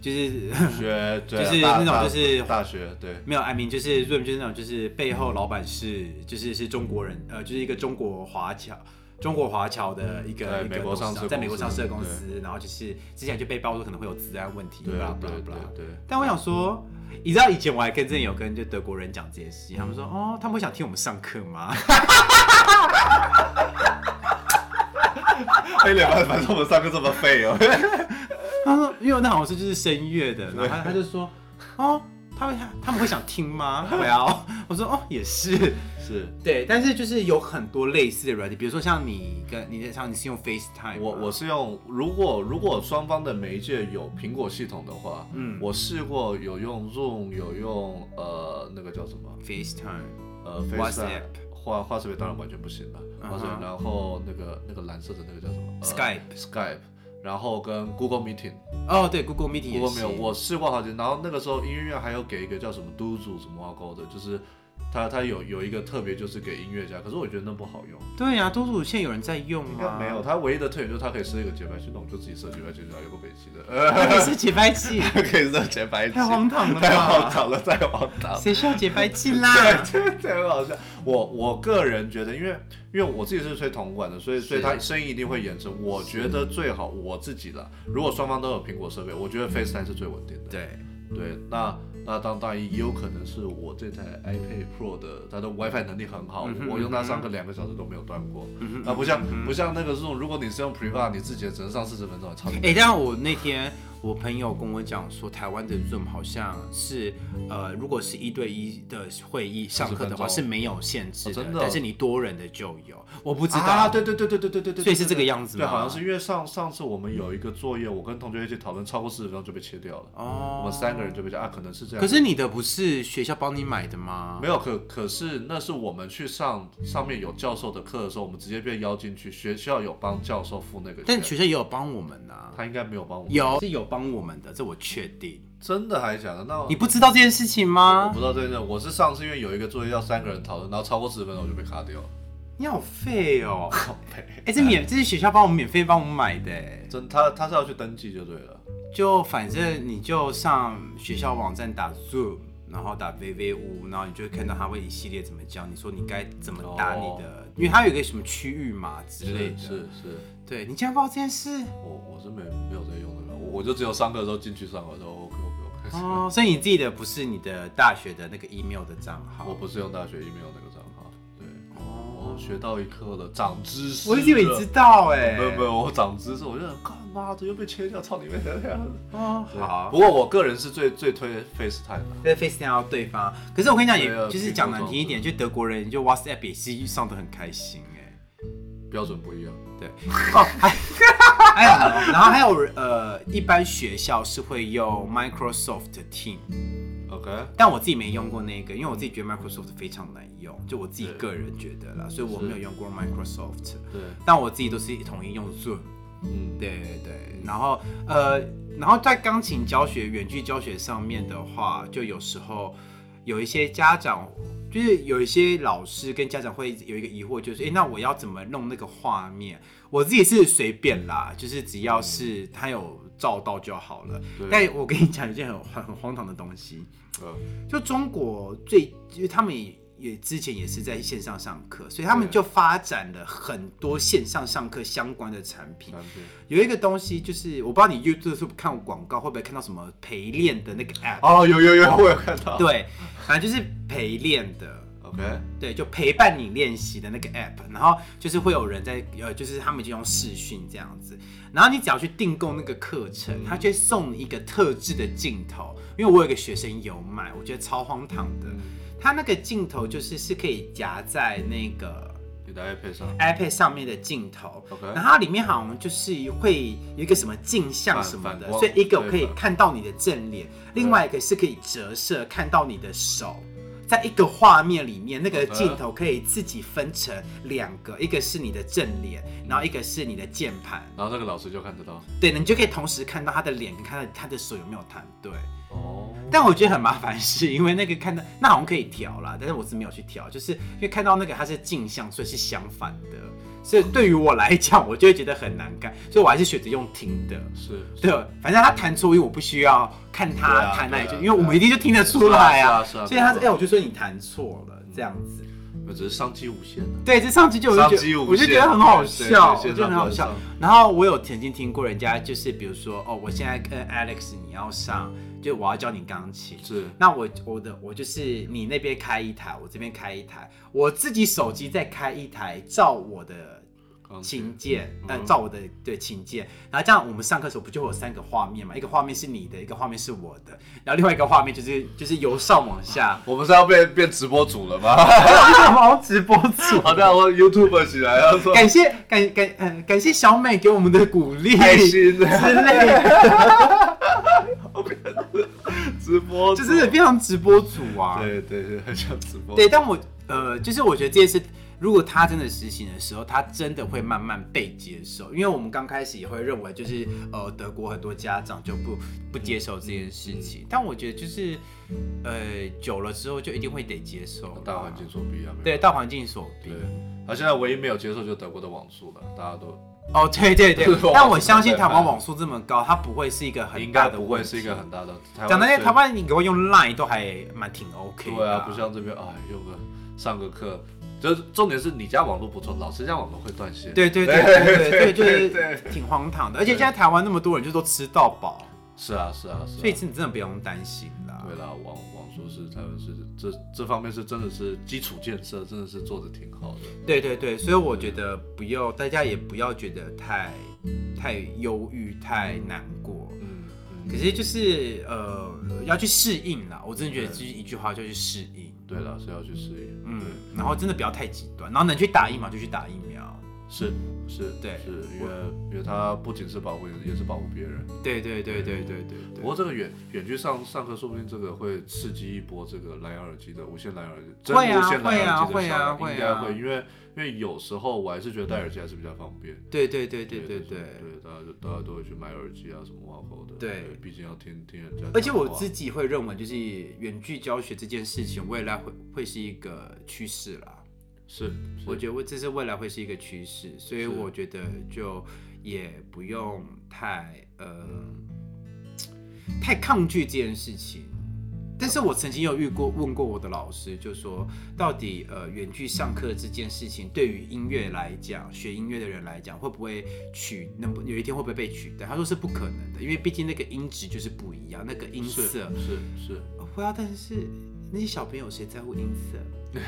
Speaker 2: 就是 *laughs*
Speaker 3: 学，对啊
Speaker 2: 就是
Speaker 3: 大
Speaker 2: 那种
Speaker 3: 大
Speaker 2: 就是嗯
Speaker 3: 大学对。
Speaker 2: 没有，I mean 就是 Zoom 就是那种就是背后老板是就是是中国人，呃，就是一个中国华侨。中国华侨的一
Speaker 3: 在
Speaker 2: 个一
Speaker 3: 嗯美
Speaker 2: 个
Speaker 3: 国上市
Speaker 2: 董事长
Speaker 3: 公
Speaker 2: 在美国
Speaker 3: 司
Speaker 2: 上市的公司，然后就是之前就被爆出可能会有治安问题，
Speaker 3: 对
Speaker 2: 巴拉
Speaker 3: 啊，
Speaker 2: 巴
Speaker 3: 对
Speaker 2: 拉
Speaker 3: 对
Speaker 2: 巴拉。
Speaker 3: 对，
Speaker 2: 但我想说，你知道以前我还跟真的有跟就德国人讲这些事情，他们说哦，他们会想听我们上课吗？ *laughs*
Speaker 3: 哎，两班反正我们上课这么废哦。 *laughs*
Speaker 2: 他说因为那好像是就是声乐的，然后他他就说哦，他们他们会想听吗？ *laughs* 对啊，我说哦也是，
Speaker 3: 是
Speaker 2: 对，但是就是有很多类似的软体，比如说像你跟你的像你是用 FaceTime，
Speaker 3: 我
Speaker 2: 吗
Speaker 3: 我是用，如果如果双方的媒介有苹果系统的话，
Speaker 2: 嗯
Speaker 3: 我试过有用 Zoom，有用呃那个叫什么
Speaker 2: FaceTime，
Speaker 3: 呃
Speaker 2: WhatsApp
Speaker 3: FaceTime，画画视频当然完全不行了，
Speaker 2: 嗯嗯哼
Speaker 3: 画视频，然后那个那个蓝色的那个叫什么、呃
Speaker 2: Skype
Speaker 3: Skype，然后跟 Google Meeting。
Speaker 2: 哦对，Google Meeting 也
Speaker 3: 我没有，
Speaker 2: 行
Speaker 3: 我试过好几次。然后那个时候音乐院还有给一个叫什么督主什么挂钩的，就是他他有有一个特别就是给音乐家，可是我觉得那不好用。
Speaker 2: 对呀、啊，多数现在有人在用啊
Speaker 3: 应
Speaker 2: 吗？
Speaker 3: 该没有，，它唯一的特点就是它可以设一个节拍器，那我们就自己设节拍器就好，有个北极的，
Speaker 2: *laughs* 他
Speaker 3: 呃，
Speaker 2: 也是节拍器，
Speaker 3: 可以设节拍器，
Speaker 2: 太荒唐了吧
Speaker 3: *laughs* 太荒唐了，太荒唐了。
Speaker 2: 谁需要节拍器
Speaker 3: *laughs* 对
Speaker 2: 啦？
Speaker 3: 对对，很好笑。我我个人觉得，因为因为我自己是吹铜管的，所以所以它声音一定会延伸。我觉得最好我自己的，如果双方都有苹果设备，我觉得 FaceTime 是最稳定的。
Speaker 2: 对，
Speaker 3: 对，那那当大一也有可能是我这台 iPad Pro 的它的 WiFi 能力很好，
Speaker 2: 嗯哼
Speaker 3: 我用它上课两个小时都没有断过。
Speaker 2: 嗯
Speaker 3: 啊，不像不像那个 Zoom，如果你是用 Priva，你自己也只能上四十分钟，超级
Speaker 2: 哎、但我那天我朋友跟我讲说，台湾的 Zoom 好像是呃，如果是一对一的会议上课的话
Speaker 3: 40分钟
Speaker 2: 是没有限制的，
Speaker 3: 哦真的哦
Speaker 2: 但是你多人的就有，我不知道。
Speaker 3: 啊，对对对对对对对对，
Speaker 2: 所以是这个样子
Speaker 3: 对，
Speaker 2: 吗
Speaker 3: 好像是因为上上次我们有一个作业，我跟同学一起讨论，超过四十分钟就被切掉了，
Speaker 2: 哦，
Speaker 3: 我们三个人就被切啊，可能是这样。
Speaker 2: 可是你的不是学校帮你买的吗？
Speaker 3: 没有，可可是那是我们去上上面有教授的课的时候，我们直接被邀进去，学校有帮教授付那个钱，
Speaker 2: 但学校也有帮我们呐、
Speaker 3: 他应该没有帮我们，
Speaker 2: 有是有帮我们的，这我确定。
Speaker 3: 真的还是假的？那
Speaker 2: 你不啊知道这件事情
Speaker 3: 我
Speaker 2: 吗
Speaker 3: 不？知道这件事，我是上次因为有一个作业要三个人讨论，然后超过四十分钟我就被卡
Speaker 2: *laughs*
Speaker 3: 掉了。
Speaker 2: 你好废哦！
Speaker 3: 呸
Speaker 2: *laughs* 哎、这免这是学校帮我们免费帮我们买的欸，
Speaker 3: 真他他是要去登记就对了。
Speaker 2: 就反正你就上学校网站打 Zoom，然后打 VV 五，然后你就会看到他会一系列怎么教，你说你该怎么打你的，因为它有一个什么区域码之类的。
Speaker 3: 是是是，
Speaker 2: 对你竟然不知道这件 *laughs* 事
Speaker 3: 我我是没没有在用那个，我我就只有上课的时候进去上课的时候 OK OK OK。
Speaker 2: 哦，所以你自己的不是你的大学的那个 email 的账号。哦
Speaker 3: 我不是用大学 email 那个账号，对，我学到一课了，长知识了。
Speaker 2: 我一直以为你知道哎、
Speaker 3: 没有没有，我长知识，我就想干妈的又被切掉，操你妹的这样子。
Speaker 2: 哦，
Speaker 3: 对
Speaker 2: 好
Speaker 3: 不。过我个人是最最推 FaceTime 的。
Speaker 2: 在 FaceTime 到对方，可是我跟你讲，也
Speaker 3: 对啊
Speaker 2: 就是讲难听一点，就德国人就 WhatsApp 也是上的很开心哎、
Speaker 3: 标准不一样。
Speaker 2: 哦，还还有，然后还有呃，一般学校是会用 Microsoft Team，
Speaker 3: OK，
Speaker 2: 但我自己没用过那个，因为我自己觉得 Microsoft 非常难用，就我自己个人觉得啦，所以我没有用过 Microsoft，
Speaker 3: 对，
Speaker 2: 但我自己都是统一用 Zoom。
Speaker 3: 嗯，
Speaker 2: 对对对，然后呃，然后在钢琴教学、远距教学上面的话，就有时候有一些家长，就是有一些老师跟家长会有一个疑惑，就是诶，那我要怎么弄那个画面？我自己是随便啦，就是只要是他有照到就好了。
Speaker 3: 对
Speaker 2: 但我跟你讲一件很很很荒唐的东西，
Speaker 3: 呃，
Speaker 2: 就中国最，就是他们也也之前也是在线上上课，所以他们
Speaker 3: 对
Speaker 2: 就发展了很多线上上课相关的产品。
Speaker 3: 产品
Speaker 2: 有一个东西，就是我不知道你 YouTube 看广告会不会看到什么陪练的那个 app，、
Speaker 3: 哦，有有有，我有看到。
Speaker 2: 对，反正就是陪练的，
Speaker 3: ，OK，
Speaker 2: 对，就陪伴你练习的那个 app，然后就是会有人在呃，就是他们就用视讯这样子，然后你只要去订购那个课程，他就会送你一个特制的镜头，因为我有个学生有买，我觉得超荒唐的，
Speaker 3: 嗯
Speaker 2: 他那个镜头就是是可以夹在那个
Speaker 3: 你的 iPad 上
Speaker 2: iPad 上面的镜头
Speaker 3: OK
Speaker 2: 然后它里面好像就是会有一个什么镜像什么
Speaker 3: 反
Speaker 2: 的，
Speaker 3: 反光
Speaker 2: 所以一个可以
Speaker 3: 对吧
Speaker 2: 看到你的正脸，另外一个是可以折射看到你的手。在一个画面里面，那个
Speaker 3: OK
Speaker 2: 镜头可以自己分成两个，一个是你的正脸，然后一个是你的键盘。
Speaker 3: 然后那个老师就看得到。
Speaker 2: 对，你就可以同时看到他的脸跟他的他的手有没有弹对。
Speaker 3: 哦，
Speaker 2: 但我觉得很麻烦，是因为那个看到那好像可以调啦，但是我是没有去调，就是因为看到那个它是镜像，所以是相反的，所以对于我来讲，我就会觉得很难看，所以我还是选择用听的。
Speaker 3: 是，
Speaker 2: 对，反正它弹错音，我不需要看
Speaker 3: 对
Speaker 2: 它
Speaker 3: 啊
Speaker 2: 弹哪一句，
Speaker 3: 对啊
Speaker 2: 因为我们一定就听得出来
Speaker 3: 是啊
Speaker 2: 啊。
Speaker 3: 是啊是啊
Speaker 2: 所以它是
Speaker 3: 没
Speaker 2: 哎、
Speaker 3: 错
Speaker 2: 我就说你弹错了这样子。
Speaker 3: 那只是商机无限啊的。
Speaker 2: 对，这上期就我就
Speaker 3: 上期
Speaker 2: 觉
Speaker 3: 无
Speaker 2: 得我
Speaker 3: 限
Speaker 2: 就觉得很好笑，我
Speaker 3: 对对
Speaker 2: 觉得很好笑
Speaker 3: 线上课。
Speaker 2: 然后我有曾经听过人家就是比如说哦，我现在跟 Alex 你要上，就我要教你钢琴，
Speaker 3: 是
Speaker 2: 那我我的我就是你那边开一台，我这边开一台，我自己手机再开一台，照我的
Speaker 3: 钢
Speaker 2: 琴
Speaker 3: 琴
Speaker 2: 键，呃，
Speaker 3: 哦嗯
Speaker 2: 照我的对琴键，然后这样我们上课的时候不就会有三个画面嘛？一个画面是你的，一个画面是我的，然后另外一个画面就是就是由上往
Speaker 3: *laughs*，
Speaker 2: 下
Speaker 3: 我们是要变变直播主
Speaker 2: *laughs*
Speaker 3: 了吗？
Speaker 2: 毛直播组。
Speaker 3: 好的，我 YouTube 起来了，说
Speaker 2: *laughs* 感谢感感嗯、感谢小美给我们的鼓励，
Speaker 3: 开心啊
Speaker 2: 之
Speaker 3: 的
Speaker 2: 类的，
Speaker 3: 直播主，
Speaker 2: 就是非常直播组啊。
Speaker 3: 对对对，很像直播。
Speaker 2: 对，但我呃，就是我觉得这件事，如果他真的实行的时候，他真的会慢慢被接受，因为我们刚开始也会认为，就是呃，德国很多家长就不不接受这件事情，但我觉得就是呃，久了之后就一定会得接受啦
Speaker 3: 大环境所啊不一样。
Speaker 2: 对大环境所逼
Speaker 3: 对。，他现在唯一没有接受就是德国的网速了，大家都
Speaker 2: 哦，对对对
Speaker 3: *laughs* 对，
Speaker 2: 但
Speaker 3: 网
Speaker 2: 我
Speaker 3: 速
Speaker 2: 相信
Speaker 3: 对
Speaker 2: 台湾
Speaker 3: 对
Speaker 2: 网速这么高，它不会是一个很
Speaker 3: 应
Speaker 2: 大
Speaker 3: 该
Speaker 2: 的
Speaker 3: 不会
Speaker 2: 问
Speaker 3: 是一
Speaker 2: 题
Speaker 3: 个很大的。台湾
Speaker 2: 讲那些
Speaker 3: 是
Speaker 2: 台湾，你给我用 Line 都还蛮挺 OK 的、
Speaker 3: 对啊，不像这边哎，用个上个课，就是重点是你家网络不错，老师家网络会断线。
Speaker 2: 对对对对对对，
Speaker 3: 对
Speaker 2: 就是挺荒唐的。而且
Speaker 3: 对
Speaker 2: 现在台湾那么多人就都吃到饱，
Speaker 3: 是啊是啊是啊。
Speaker 2: 所以真的真的不用担心啦。
Speaker 3: 对啦，网网速是台湾是这这方面是真的是基础建设，真的是做的挺好的。
Speaker 2: 对对对，所以我觉得不要，大家也不要觉得太太忧郁、太难过。
Speaker 3: 嗯嗯，
Speaker 2: 可是就是呃，要去适应啦。我真的觉得就是一句话，就去适应。
Speaker 3: 对啦，是要去适应。
Speaker 2: 嗯
Speaker 3: 对，
Speaker 2: 然后真的不要太极端，然后能去打疫苗就去打疫苗。
Speaker 3: 是是，
Speaker 2: 对
Speaker 3: 是因为因为它不仅是保护，也是保护别人。
Speaker 2: 对对对对对对
Speaker 3: 不
Speaker 2: 对。
Speaker 3: 过这个远远距上上课，说不定这个会刺激一波这个蓝牙耳机的无线蓝牙耳机，真无
Speaker 2: 会啊
Speaker 3: 线蓝牙耳机的
Speaker 2: 会啊
Speaker 3: 销量
Speaker 2: 会啊
Speaker 3: 应
Speaker 2: 会
Speaker 3: 该
Speaker 2: 啊
Speaker 3: 会，因为因为有时候我还是觉得戴耳机还是比较方便。
Speaker 2: 对对对对对
Speaker 3: 对
Speaker 2: 对，
Speaker 3: 大家就大家都会去买耳机啊什么挖口的，
Speaker 2: 对
Speaker 3: 毕竟要听听人家讲话。
Speaker 2: 而且我自己会认为，就是远距教学这件事情，未来会会是一个趋势啦。
Speaker 3: 是，是
Speaker 2: 我觉得这是未来会是一个趋势，所以
Speaker 3: 是
Speaker 2: 我觉得就也不用太呃太抗拒这件事情。但是我曾经有遇过问过我的老师，就说到底呃远距上课这件事情，对于音乐来讲，学音乐的人来讲，会不会取能不有一天会不会被取代？他说是不可能的，因为毕竟那个音质就是不一样，那个音
Speaker 3: 是
Speaker 2: 色
Speaker 3: 是
Speaker 2: *laughs*
Speaker 3: 是，
Speaker 2: 会啊，但是那些小朋友谁在乎音
Speaker 3: *laughs*
Speaker 2: 色？对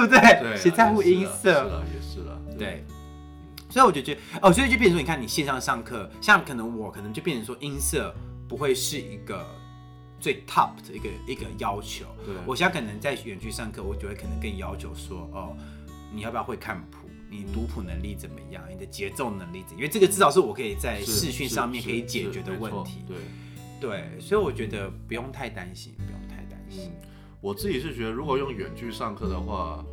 Speaker 2: 不对？
Speaker 3: 对，啊
Speaker 2: 谁在乎音
Speaker 3: 是
Speaker 2: 色？
Speaker 3: 了也是了，
Speaker 2: 对。所以我就觉得，哦，所以就变成说，你看你线上上课，像可能我可能就变成说，音色不会是一个最 top 的一个一个要求。
Speaker 3: 对
Speaker 2: 我现在可能在远距上课，我就会可能更要求说，哦，你要不要会看谱？你读谱能力怎么样？你的节奏能力怎么样？因为这个至少是我可以在
Speaker 3: 是
Speaker 2: 视讯
Speaker 3: 是
Speaker 2: 上面
Speaker 3: 是
Speaker 2: 可以解决的
Speaker 3: 是没
Speaker 2: 问
Speaker 3: 错
Speaker 2: 题。
Speaker 3: 对，
Speaker 2: 对，所以我觉得不用太担心，不用太担心
Speaker 3: 嗯。，我自己是觉得，如果用远距上课的话，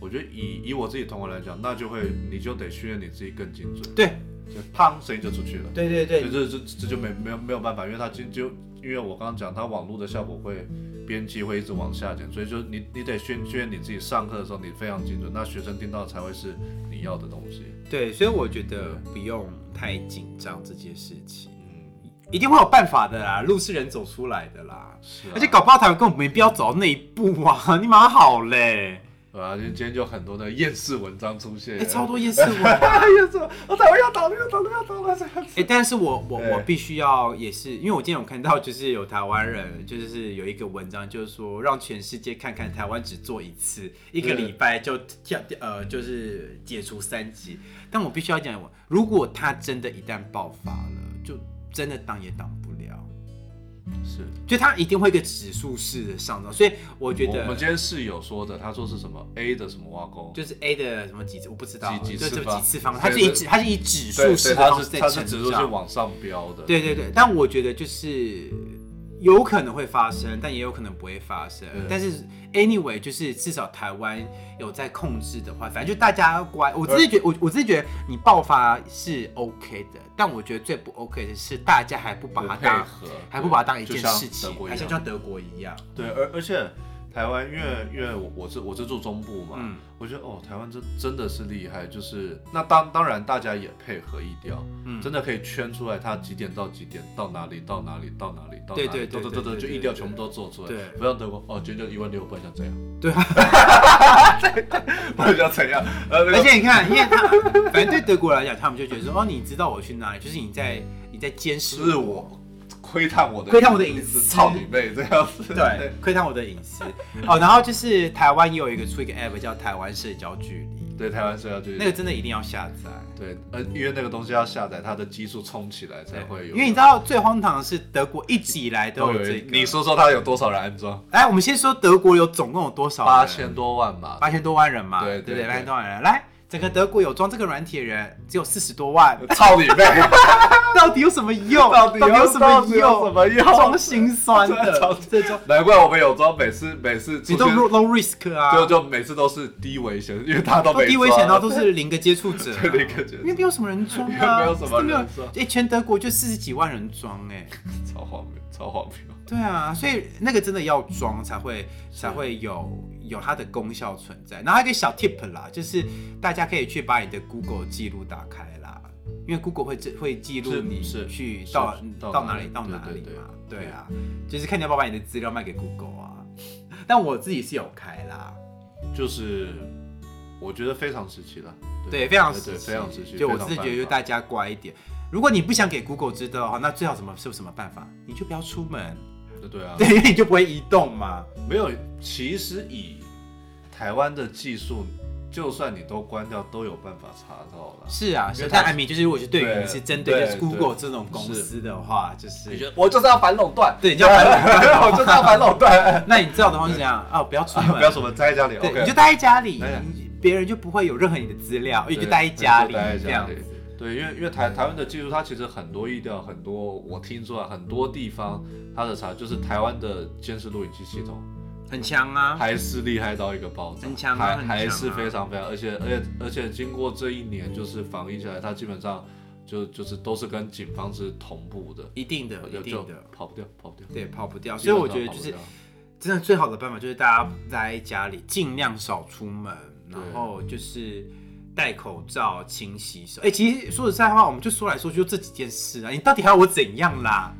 Speaker 3: 我觉得以以我自己同学来讲，那就会你就得训练你自己更精准，
Speaker 2: 对
Speaker 3: 就砰声音就出去了。
Speaker 2: 对对对，
Speaker 3: 这这这就没没有没有办法，因为它就就因为我刚刚讲，它网络的效果会边际会一直往下减，所以就你你得训训练你自己上课的时候你非常精准，那学生听到才会是你要的东西。
Speaker 2: 对，所以我觉得不用太紧张这件事情，
Speaker 3: 嗯，
Speaker 2: 一定会有办法的啦，路是人走出来的啦。
Speaker 3: 是啊，
Speaker 2: 而且搞不好台湾根本没必要走到那一步啊，你蛮好嘞，
Speaker 3: 对啊，今天就很多的厌世文章出现，
Speaker 2: 哎、超多夜市文。
Speaker 3: 哎呀，这我台湾要倒了，要倒了，要倒了，这样
Speaker 2: 哎、但是我我
Speaker 3: 对
Speaker 2: 我必须要也是，因为我今天有看到，就是有台湾人，就是有一个文章，就是说让全世界看看台湾只做一次，一个礼拜就跳呃，就是解除三级。但我必须要讲，我如果他真的一旦爆发了，就真的挡也挡不了，
Speaker 3: 是。
Speaker 2: 就他一定会一个指数式的上涨。所以我觉
Speaker 3: 我们
Speaker 2: 得
Speaker 3: 今天室友说的，他说是什么 A 的什么挖沟，
Speaker 2: 就是 A 的什么几次我不知道，
Speaker 3: 几几
Speaker 2: 就
Speaker 3: 次
Speaker 2: 就
Speaker 3: 方
Speaker 2: 几次方，
Speaker 3: 对
Speaker 2: 它是以
Speaker 3: 对
Speaker 2: 指它是以指数
Speaker 3: 对对，
Speaker 2: 式的
Speaker 3: 他
Speaker 2: 方
Speaker 3: 是
Speaker 2: 式在
Speaker 3: 他是
Speaker 2: 成
Speaker 3: 指数是
Speaker 2: 长。
Speaker 3: 往上飙的，
Speaker 2: 对对对，但我觉得就是有可能会发生，但也有可能不会发生
Speaker 3: 对。
Speaker 2: 但是 anyway，就是至少台湾有在控制的话，反正就大家乖。我自己觉我我自己觉得你爆发是 OK 的，但我觉得最不 OK 的是大家还不把它
Speaker 3: 不配
Speaker 2: 当
Speaker 3: 合，
Speaker 2: 还不把它当一
Speaker 3: 就
Speaker 2: 件
Speaker 3: 像
Speaker 2: 事
Speaker 3: 德
Speaker 2: 情
Speaker 3: 国，一
Speaker 2: 还像
Speaker 3: 样
Speaker 2: 像德国一样。
Speaker 3: 对，而而且台湾，因为因为我我是我是住中部嘛，
Speaker 2: 嗯
Speaker 3: 我觉得哦，台湾真真的是厉害，就是那当当然大家也配合一调，
Speaker 2: 嗯
Speaker 3: 真的可以圈出来他几点到几点到哪里到哪里到哪里到哪
Speaker 2: 对
Speaker 3: 里，
Speaker 2: 对对
Speaker 3: 都
Speaker 2: 对
Speaker 3: 都都
Speaker 2: 对
Speaker 3: 就
Speaker 2: 对
Speaker 3: 一调
Speaker 2: 对
Speaker 3: 全部都做出来，
Speaker 2: 对
Speaker 3: 不像德国哦，今天就一万 *laughs* 六，不然想怎样？
Speaker 2: 对
Speaker 3: 不然想怎样？呃，那
Speaker 2: 而
Speaker 3: 个
Speaker 2: 且你看，因为他反正对德国来讲，他们就觉得说，哦，你知道我去哪里，就是你在你在监视
Speaker 3: 是我窥探我的
Speaker 2: 窥探我的隐私
Speaker 3: 操你妹这样子，
Speaker 2: 对，窥探我的隐私。哦，然后就是台湾也有一个出一个 app 叫台湾社交距离，
Speaker 3: *laughs* 对，台湾是要去
Speaker 2: 那个真的一定要下载。
Speaker 3: 对，呃，因为那个东西要下载，它的基数冲起来才会有，
Speaker 2: 因为你知。道最荒唐的是德国一直以来都
Speaker 3: 都
Speaker 2: 有
Speaker 3: 有
Speaker 2: 这
Speaker 3: 一
Speaker 2: 个。
Speaker 3: 你，说说它有多少人安装？
Speaker 2: 来，我们先说德国有总共有多少人？
Speaker 3: 八千多万吧。
Speaker 2: 八千多万人嘛，
Speaker 3: 对
Speaker 2: 对不
Speaker 3: 对
Speaker 2: 对，
Speaker 3: 对
Speaker 2: 八千多万人。来，整个德国有装这个软体的人只有四十多
Speaker 3: *laughs*
Speaker 2: 万，
Speaker 3: 操你妹！
Speaker 2: 到底有什么用？
Speaker 3: 到底有
Speaker 2: 有什么
Speaker 3: 到底有什么用
Speaker 2: 装心酸
Speaker 3: 超 *laughs*
Speaker 2: 的，这种
Speaker 3: 难怪我们有装，每次每次出
Speaker 2: 你都
Speaker 3: 现，
Speaker 2: low low risk 啊，
Speaker 3: 就就每次都是低危险，因为他都
Speaker 2: 都
Speaker 3: 没
Speaker 2: 低危险，然后都
Speaker 3: 装
Speaker 2: 是零个接触者啊、
Speaker 3: *laughs* 对零个接触
Speaker 2: 因为没有什么人装
Speaker 3: 因
Speaker 2: 啊，
Speaker 3: 为没有什么
Speaker 2: 真
Speaker 3: 人装
Speaker 2: 的没有哎，全德国就四十几万人装哎、
Speaker 3: 超荒谬，超荒谬。
Speaker 2: 对啊，所以那个真的要装才会才会有有它的功效存在。然后还有一个小 tip 啦，就是大家可以去把你的 Google 记录打开啦，因为 Google 会记会记录
Speaker 3: 是
Speaker 2: 你
Speaker 3: 是
Speaker 2: 去
Speaker 3: 是
Speaker 2: 到
Speaker 3: 到
Speaker 2: 到
Speaker 3: 哪
Speaker 2: 哪
Speaker 3: 里
Speaker 2: 里到哪
Speaker 3: 对
Speaker 2: 里
Speaker 3: 对
Speaker 2: 嘛，对啊，就是看你要不要把你的资料卖给 Google 啊。但我自己是有开啦，
Speaker 3: 就是我觉得非常时期了，
Speaker 2: 对，非常
Speaker 3: 对
Speaker 2: 时
Speaker 3: 对
Speaker 2: 期，
Speaker 3: 非常时期。
Speaker 2: 就我
Speaker 3: 非常
Speaker 2: 自己觉得，就
Speaker 3: 办法
Speaker 2: 大家乖一点。如果你不想给 Google 知道的话，那最好什么是有什么办法？你就不要出门，
Speaker 3: 对对啊，
Speaker 2: 对，因为你就不会移动嘛。
Speaker 3: 没有。其实以台湾的技术，就算你都关掉，都有办法查到了。
Speaker 2: 是啊，是
Speaker 3: 因为
Speaker 2: 啊。
Speaker 3: 它
Speaker 2: 但艾米就是，我就对于
Speaker 3: 对
Speaker 2: 你是针对就是
Speaker 3: 对
Speaker 2: Google
Speaker 3: 对
Speaker 2: 这种公司的话，就
Speaker 3: 你觉
Speaker 2: 是
Speaker 3: 得我就是要反垄断，
Speaker 2: 对，你就要
Speaker 3: *laughs*
Speaker 2: 反垄断
Speaker 3: 我就是要反垄
Speaker 2: *laughs*
Speaker 3: 断，
Speaker 2: 那你知道的话是这样啊，不要出门，
Speaker 3: 不要什么在家里
Speaker 2: 对，
Speaker 3: ，OK
Speaker 2: 你就。待在家里
Speaker 3: 待在家，
Speaker 2: 你别人就不会有任何你的资料，
Speaker 3: 对
Speaker 2: 你就待在家
Speaker 3: 对
Speaker 2: 里
Speaker 3: 就待在
Speaker 2: 这
Speaker 3: 家
Speaker 2: 样
Speaker 3: 里
Speaker 2: 子。
Speaker 3: 对，因为因为台台湾的技术，它其实很多意调，很多我听说啊，很多地方它的查就是台湾的监视录影机系统
Speaker 2: 很强啊，
Speaker 3: 还是厉害到一个爆炸，
Speaker 2: 很强啊
Speaker 3: 还
Speaker 2: 很强啊
Speaker 3: 还是非常非常，而且而且而且经过这一年就是防疫下来，它基本上就就是都是跟警方是同步的，
Speaker 2: 一定的，
Speaker 3: 就
Speaker 2: 一
Speaker 3: 就
Speaker 2: 定的，
Speaker 3: 跑不掉，跑不掉。
Speaker 2: 对，跑不掉。
Speaker 3: 基
Speaker 2: 所以
Speaker 3: 本上
Speaker 2: 我觉得
Speaker 3: 跑
Speaker 2: 就
Speaker 3: 不
Speaker 2: 是
Speaker 3: 掉
Speaker 2: 真的最好的办法就是大家待在家里，尽量少出门，然后就是戴口罩、勤洗手。哎、其实说实在话，我们就说来说去就这几件事啊，你到底还要我怎样啦？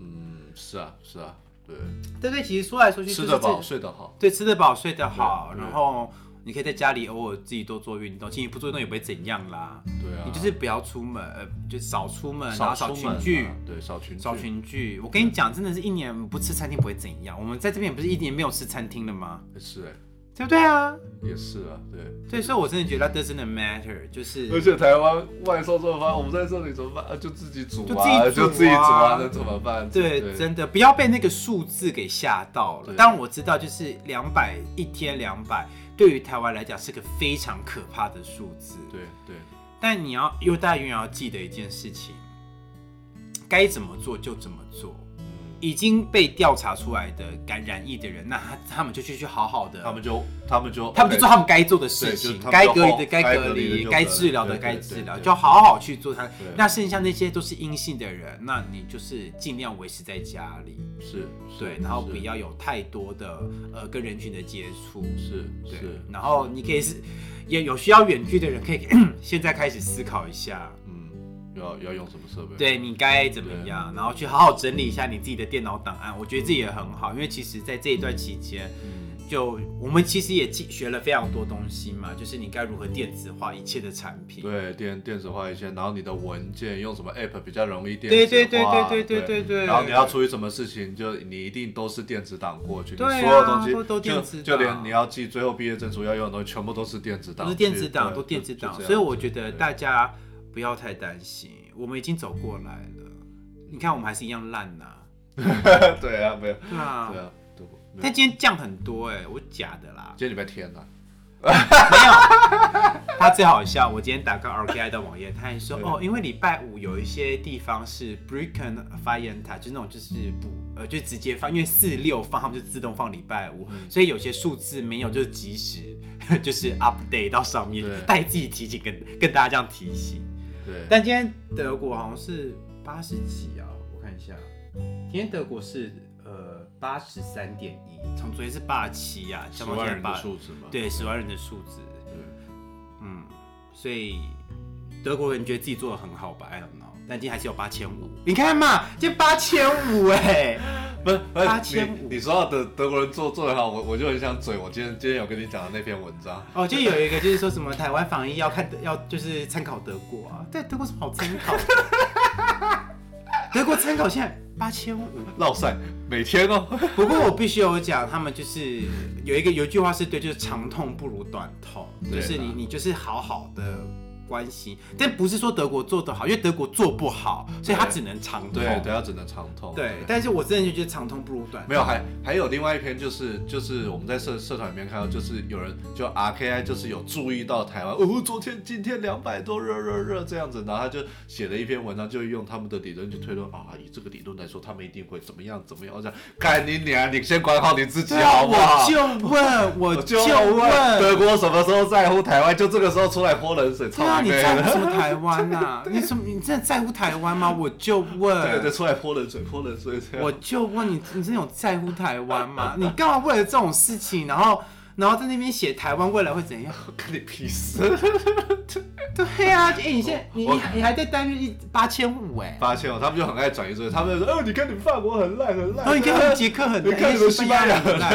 Speaker 3: 嗯，是啊是啊，对，
Speaker 2: 对不对，其实说来说去就是
Speaker 3: 吃
Speaker 2: 这
Speaker 3: 得饱，睡得好。
Speaker 2: 对，吃得饱，睡得好，
Speaker 3: 对对
Speaker 2: 然后你可以在家里偶尔自己多做运动，其实你不做运动也不会怎样啦。
Speaker 3: 对啊，
Speaker 2: 你就是不要出门，呃，就少出门，然
Speaker 3: 少
Speaker 2: 后少
Speaker 3: 出
Speaker 2: 群
Speaker 3: 门嘛
Speaker 2: 聚。
Speaker 3: 对，少群聚
Speaker 2: 少群聚，我跟你讲，真的是一年不吃餐厅不会怎样。我们在这边也不是一年没有吃餐厅了吗？
Speaker 3: 是哎、
Speaker 2: 对不对啊？
Speaker 3: 也是啊，对。
Speaker 2: 对，所以我真的觉得 that doesn't matter，就是
Speaker 3: 而且台湾外送这么方，我们在这里怎么办？啊，就自己煮啊，
Speaker 2: 就自己煮啊
Speaker 3: 就自己煮啊，那怎么办？
Speaker 2: 对，真的不要被那个数字给吓到
Speaker 3: 对
Speaker 2: 了。当然我知道，就是两百一天两百，对于台湾来讲是个非常可怕的数字。
Speaker 3: 对对，
Speaker 2: 但你要又大家永远要记得一件事情，该怎么做就怎么做。已经被调查出来的感染疫的人，那他他们就去去好好的，
Speaker 3: 他们就他们就
Speaker 2: 他们就做他们该做的事
Speaker 3: 对
Speaker 2: 情
Speaker 3: 就，他们
Speaker 2: 该
Speaker 3: 就
Speaker 2: 隔离
Speaker 3: 好
Speaker 2: 的该
Speaker 3: 该
Speaker 2: 隔
Speaker 3: 隔离的
Speaker 2: 离，
Speaker 3: 就
Speaker 2: 该
Speaker 3: 隔离
Speaker 2: 治疗的
Speaker 3: 对
Speaker 2: 该
Speaker 3: 对
Speaker 2: 治
Speaker 3: 对
Speaker 2: 疗，
Speaker 3: 对
Speaker 2: 就好好去做它。
Speaker 3: 对
Speaker 2: 那剩下那些都是阴性的人，那你就是尽量维持在家里，
Speaker 3: 是
Speaker 2: 对，然后不要有太多的呃跟人群的接触，
Speaker 3: 是
Speaker 2: 对
Speaker 3: 是，
Speaker 2: 然后你可以是也有需要远距的人，可以 *clears throat* 现在开始思考一下，
Speaker 3: 嗯，要要用什么设备？
Speaker 2: 对你该怎么样，然后去好好整理一下你自己的电脑档案。我觉得这也很好，因为其实，在这一段期间，
Speaker 3: 嗯
Speaker 2: 就我们其实也记学了非常多东西嘛，就是你该如何电子化一切的产品。
Speaker 3: 对电电子化一些，然后你的文件用什么 app 比较容易电子
Speaker 2: 对
Speaker 3: 化？
Speaker 2: 对对对对对
Speaker 3: 对
Speaker 2: 对对
Speaker 3: 然后你要处理什么事情，就你一定都是电子档过去，你
Speaker 2: 对啊
Speaker 3: 所有东西
Speaker 2: 都都电子
Speaker 3: 就
Speaker 2: 档
Speaker 3: 就连你要寄最后毕业证书要用的东西，全部都是电子档
Speaker 2: 都
Speaker 3: 去，
Speaker 2: 是电子档，
Speaker 3: 对
Speaker 2: 都电子档，
Speaker 3: 就就这样
Speaker 2: 所以我觉得
Speaker 3: 对
Speaker 2: 大家不要太担心，我们已经走过来了。你看，我们还是一样烂呐、
Speaker 3: *laughs* 对啊，没有
Speaker 2: 对啊
Speaker 3: 对。啊，对不没有
Speaker 2: 但今天降很多哎、我假的啦，
Speaker 3: 今天礼拜天啊呐，
Speaker 2: 他最好笑。我今天打开 RKI 的网页，他还说哦，因为礼拜五有一些地方是 Bricken 发言台，就是那种就是补呃就直接放，因为四六放他们就自动放礼拜五，
Speaker 3: 嗯
Speaker 2: 所以有些数字没有就是及时 *laughs* 就是 update 到上面
Speaker 3: 对，
Speaker 2: 带自己提醒跟跟大家这样提醒。
Speaker 3: 对，
Speaker 2: 但今天德国好像是八十几啊，我看一下，今天德国是呃八十三点一，从昨天是八七呀，
Speaker 3: 十
Speaker 2: 降到
Speaker 3: 万
Speaker 2: 现在
Speaker 3: 人的
Speaker 2: 八，
Speaker 3: 数字嘛，
Speaker 2: 对，十万人的数字，
Speaker 3: 对，
Speaker 2: 嗯，所以德国人觉得自己做的很好吧？I don't know，但今天还是有八千五，你看嘛，今天八千五哎，
Speaker 3: *laughs* 不是不是
Speaker 2: 8500
Speaker 3: 你你说到德德国人做做得好，我我就很想嘴我今天今天有跟你讲的那篇文章，
Speaker 2: 哦，就有一个就是说什么台湾防疫要看要就是参考德国啊，对，德国有什么好参
Speaker 3: *laughs*
Speaker 2: 考的？德国参考现在八千五，
Speaker 3: 绕赛每天哦，
Speaker 2: 不过我必须有讲，他们就是有一个有一句话是对，就是长痛不如短痛，
Speaker 3: 对
Speaker 2: 就
Speaker 3: 啦
Speaker 2: 是你你就是好好的关系，但不是说德国做得好，因为德国做不好，所以他
Speaker 3: 对
Speaker 2: 只能长痛。
Speaker 3: *laughs* 对，对，要只能长痛，
Speaker 2: 对，但是我真的就觉得长痛不如短痛。
Speaker 3: 没有，还还有另外一篇，就是就是我们在社社团里面看到，就是有人就 RKI 就是有注意到台湾，哦，昨天今天两百多，热热热这样子，然后他就写了一篇文章，就用他们的理论去推论啊，以这个理论来说，他们一定会怎么样怎么样，我想干你娘，你先管好你自己
Speaker 2: 对啊，
Speaker 3: 好不好
Speaker 2: 我？就问，我
Speaker 3: 我
Speaker 2: 就
Speaker 3: 德
Speaker 2: 问，
Speaker 3: 国什么时候在乎台湾，就这个时候出来泼冷
Speaker 2: *laughs*
Speaker 3: 水，
Speaker 2: 对
Speaker 3: 操
Speaker 2: 啊，
Speaker 3: 你
Speaker 2: 你
Speaker 3: 妹
Speaker 2: 在
Speaker 3: 的
Speaker 2: 乎什么台湾呐、 *laughs* 你什么？你真的在乎台湾吗？我就问，
Speaker 3: *laughs* *laughs* 对对，出来泼冷水，泼冷水这样。
Speaker 2: 我就问你，你真的有在乎台湾吗？你干嘛为了这种事情，然后然后在那边写台湾未来会怎样？
Speaker 3: 跟你屁事，
Speaker 2: 对呀、啊，哎、你现在你
Speaker 3: 我
Speaker 2: 你你还在担任一八千五哎，
Speaker 3: 发现哦，他们就很爱转移注意，他们就说，哦，你看你们法国很烂很烂，
Speaker 2: 然后你看
Speaker 3: *laughs*
Speaker 2: 你们捷克很哎
Speaker 3: 你
Speaker 2: 烂，
Speaker 3: 看你们西班牙
Speaker 2: 很烂，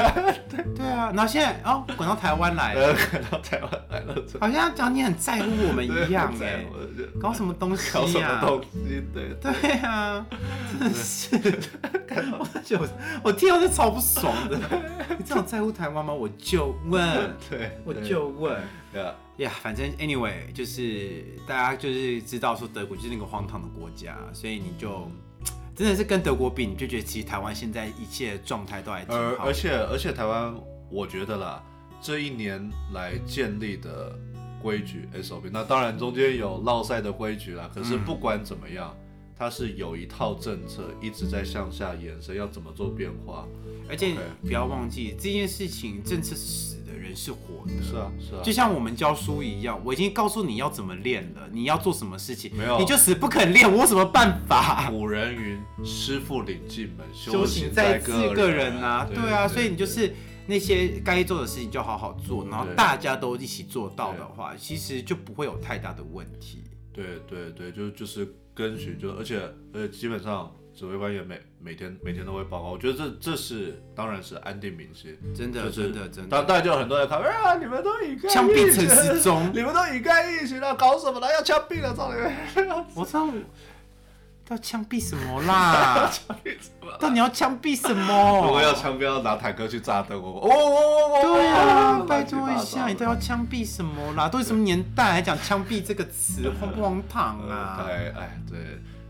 Speaker 2: 对啊，然后现在哦滚到台湾来了，
Speaker 3: 呃，看到台湾来了，
Speaker 2: 好像讲你很在乎我们一样哎、
Speaker 3: *laughs* 我就
Speaker 2: 搞什么东西啊
Speaker 3: 搞什
Speaker 2: 呀、
Speaker 3: 么东西？啊对，
Speaker 2: 对啊，真的是，
Speaker 3: *laughs*
Speaker 2: 我就我听到就超不爽的。你这样在乎台湾吗？我就问，
Speaker 3: 对，
Speaker 2: 我就问。
Speaker 3: 对啊，
Speaker 2: 呀反正 anyway，就是大家就是知道说德国就是那个荒唐的国家，所以你就真的是跟德国比，你就觉得其实台湾现在一切状态都还挺
Speaker 3: 而
Speaker 2: 好。
Speaker 3: 而且而且台湾，我觉得啦，这一年来建立的规矩 SOP，那当然中间有落赛的规矩啦，可
Speaker 2: 嗯
Speaker 3: 是不管怎么样。它是有一套政策一直在向下延伸，要怎么做变化？
Speaker 2: 而且
Speaker 3: OK
Speaker 2: 不要忘记这件事情，政策是死的，人是活的。
Speaker 3: 是啊，是啊，
Speaker 2: 就像我们教书一样，我已经告诉你要怎么练了，你要做什么事情，
Speaker 3: 没有
Speaker 2: 你就死不肯练，我有什么办法？
Speaker 3: 古人云：“师傅领进门，
Speaker 2: 修行
Speaker 3: 行
Speaker 2: 在
Speaker 3: 个
Speaker 2: 自个人啊，对啊，所以你就是那些该做的事情就好好做，然后
Speaker 3: 对
Speaker 2: 大家都一起做到的话，其实就不会有太大的问题。
Speaker 3: 对对对，就就是跟循，就而且而且基本上指挥官也每每天每天都会报告，我觉得这这是当然是安定民心，
Speaker 2: 真的，
Speaker 3: 就是
Speaker 2: 真的，真
Speaker 3: 当
Speaker 2: 的，
Speaker 3: 当然就有很多人看啊，你们都以干
Speaker 2: 枪
Speaker 3: 疫
Speaker 2: 毙
Speaker 3: 情
Speaker 2: 陈世忠，
Speaker 3: 你们都以干疫情了，搞什么了？要枪毙了，操你们！
Speaker 2: 我知道我要枪毙什么啦？到底要枪毙什么？
Speaker 3: 如果要枪毙，要拿坦克去炸灯，我哦哦哦哦，
Speaker 2: 对啊
Speaker 3: 哦，
Speaker 2: 拜托一下，你都要枪毙什么啦？都是什么年代还讲枪毙这个词，荒不荒唐啊？
Speaker 3: 哎哎，对，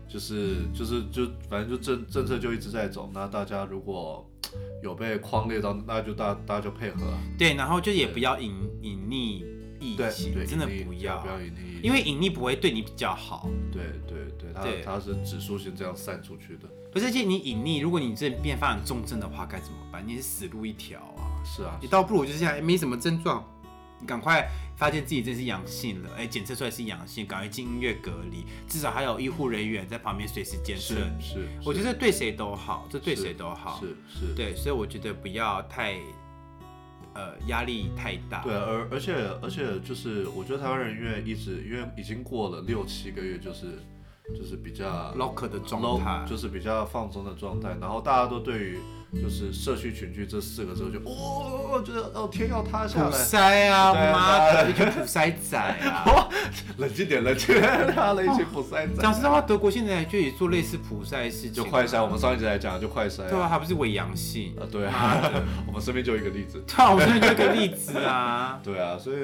Speaker 3: 就是就是就反正就政政策就一直在走。那大家如果有被框列到，那就大大家就配合啊，
Speaker 2: 对，然后就也不要隐隐匿疫
Speaker 3: 对
Speaker 2: 情，
Speaker 3: 对，
Speaker 2: 真的
Speaker 3: 隐匿
Speaker 2: 不
Speaker 3: 对
Speaker 2: 要
Speaker 3: 不，要隐匿，
Speaker 2: 因为隐匿不会对你比较好。
Speaker 3: 对对对，它
Speaker 2: 对
Speaker 3: 它是指数性这样散出去的，
Speaker 2: 不是，而且你隐匿，如果你真的变发展重症的话，该怎么办？你也是死路一条啊！
Speaker 3: 是啊
Speaker 2: 你，倒不如就是现在没什么症状，你赶快发现自己真是阳性了，哎、检测出来是阳性，赶快进医院隔离，至少还有医护人员在旁边随时监测
Speaker 3: 是
Speaker 2: 你。
Speaker 3: 是，
Speaker 2: 我觉
Speaker 3: 是
Speaker 2: 得对谁都好，这对
Speaker 3: 是
Speaker 2: 谁都好。
Speaker 3: 是是，
Speaker 2: 对，所以我觉得不要太，呃，压力太大。
Speaker 3: 对，啊而而且而且就是，我觉得台湾人因为一直因为已经过了六七个月，就是就是比较
Speaker 2: Lock 的状
Speaker 3: low，
Speaker 2: 态
Speaker 3: 就是比较放松的状态，然后大家都对于就是社区群聚这四个字就哦，觉得哦天要塌下
Speaker 2: 普
Speaker 3: 来，
Speaker 2: 筛啊，
Speaker 3: 对啊
Speaker 2: 妈的，
Speaker 3: 对
Speaker 2: 一群普筛仔啊！
Speaker 3: 冷静点，冷静点，他了一起普筛
Speaker 2: 讲
Speaker 3: 仔，
Speaker 2: 实话，德国现在就也做类似普筛的事情，
Speaker 3: 就快筛，我们上一集来讲就快筛、
Speaker 2: 啊对啊，还不是伪阳性
Speaker 3: 啊，对
Speaker 2: 妈
Speaker 3: 啊
Speaker 2: 的，
Speaker 3: 我们身边就有一个例子，
Speaker 2: 对啊，我们这个例子
Speaker 3: *laughs*
Speaker 2: 啊，
Speaker 3: 对啊，所以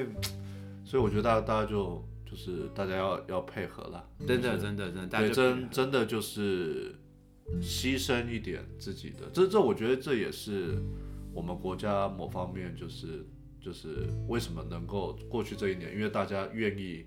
Speaker 3: 所以我觉得大家大家就就是大家要要配合啦，
Speaker 2: 真的
Speaker 3: 就是
Speaker 2: 真的真的，大家就
Speaker 3: 对，真真的就是牺牲一点自己的，这这我觉得这也是我们国家某方面就是就是为什么能够过去这一年，因为大家愿意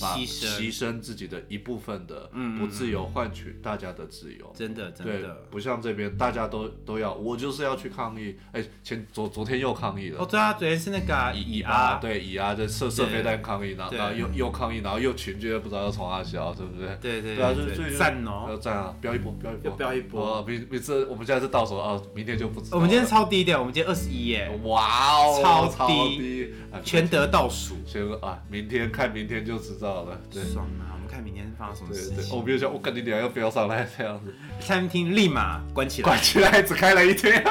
Speaker 3: 把
Speaker 2: 牺牲
Speaker 3: 牺牲自己的一部分的
Speaker 2: 嗯嗯
Speaker 3: 不自由换取大家的自由。
Speaker 2: 真的真
Speaker 3: 对
Speaker 2: 的，。
Speaker 3: 不像这边大家都都要，我就是要去抗议。哎，前昨昨天又抗议了
Speaker 2: 哦，，对啊，昨天是那个啊
Speaker 3: 以
Speaker 2: 乙
Speaker 3: 以巴
Speaker 2: 啊，
Speaker 3: 对以啊，这射射
Speaker 2: 对
Speaker 3: 飞弹抗议，然后
Speaker 2: 对
Speaker 3: 然后又又抗议，然后又群聚，不知道要从哪消，对不对？
Speaker 2: 对对
Speaker 3: 对啊，就
Speaker 2: 对
Speaker 3: 是最
Speaker 2: 对，
Speaker 3: 近
Speaker 2: 赞
Speaker 3: 要
Speaker 2: 哦！
Speaker 3: 赞啊，飙一波，飙一
Speaker 2: 要
Speaker 3: 波，
Speaker 2: 飙一波
Speaker 3: 哦每每次我们现在是倒数啊，明天就不知道了。
Speaker 2: 我们今天超低调，我们今天二十一耶，
Speaker 3: 哇哦，
Speaker 2: 超低
Speaker 3: 超低，啊
Speaker 2: 全德倒数，
Speaker 3: 全啊，明天看明天就知道了。对
Speaker 2: 爽啊！我们看明天发生什么
Speaker 3: 对
Speaker 2: 事
Speaker 3: 对，我
Speaker 2: 情，
Speaker 3: 没有想，我跟你俩要飙上来
Speaker 2: *laughs*
Speaker 3: 这样子，
Speaker 2: 餐厅立马关起
Speaker 3: 关
Speaker 2: 来，
Speaker 3: 起来只开了一天，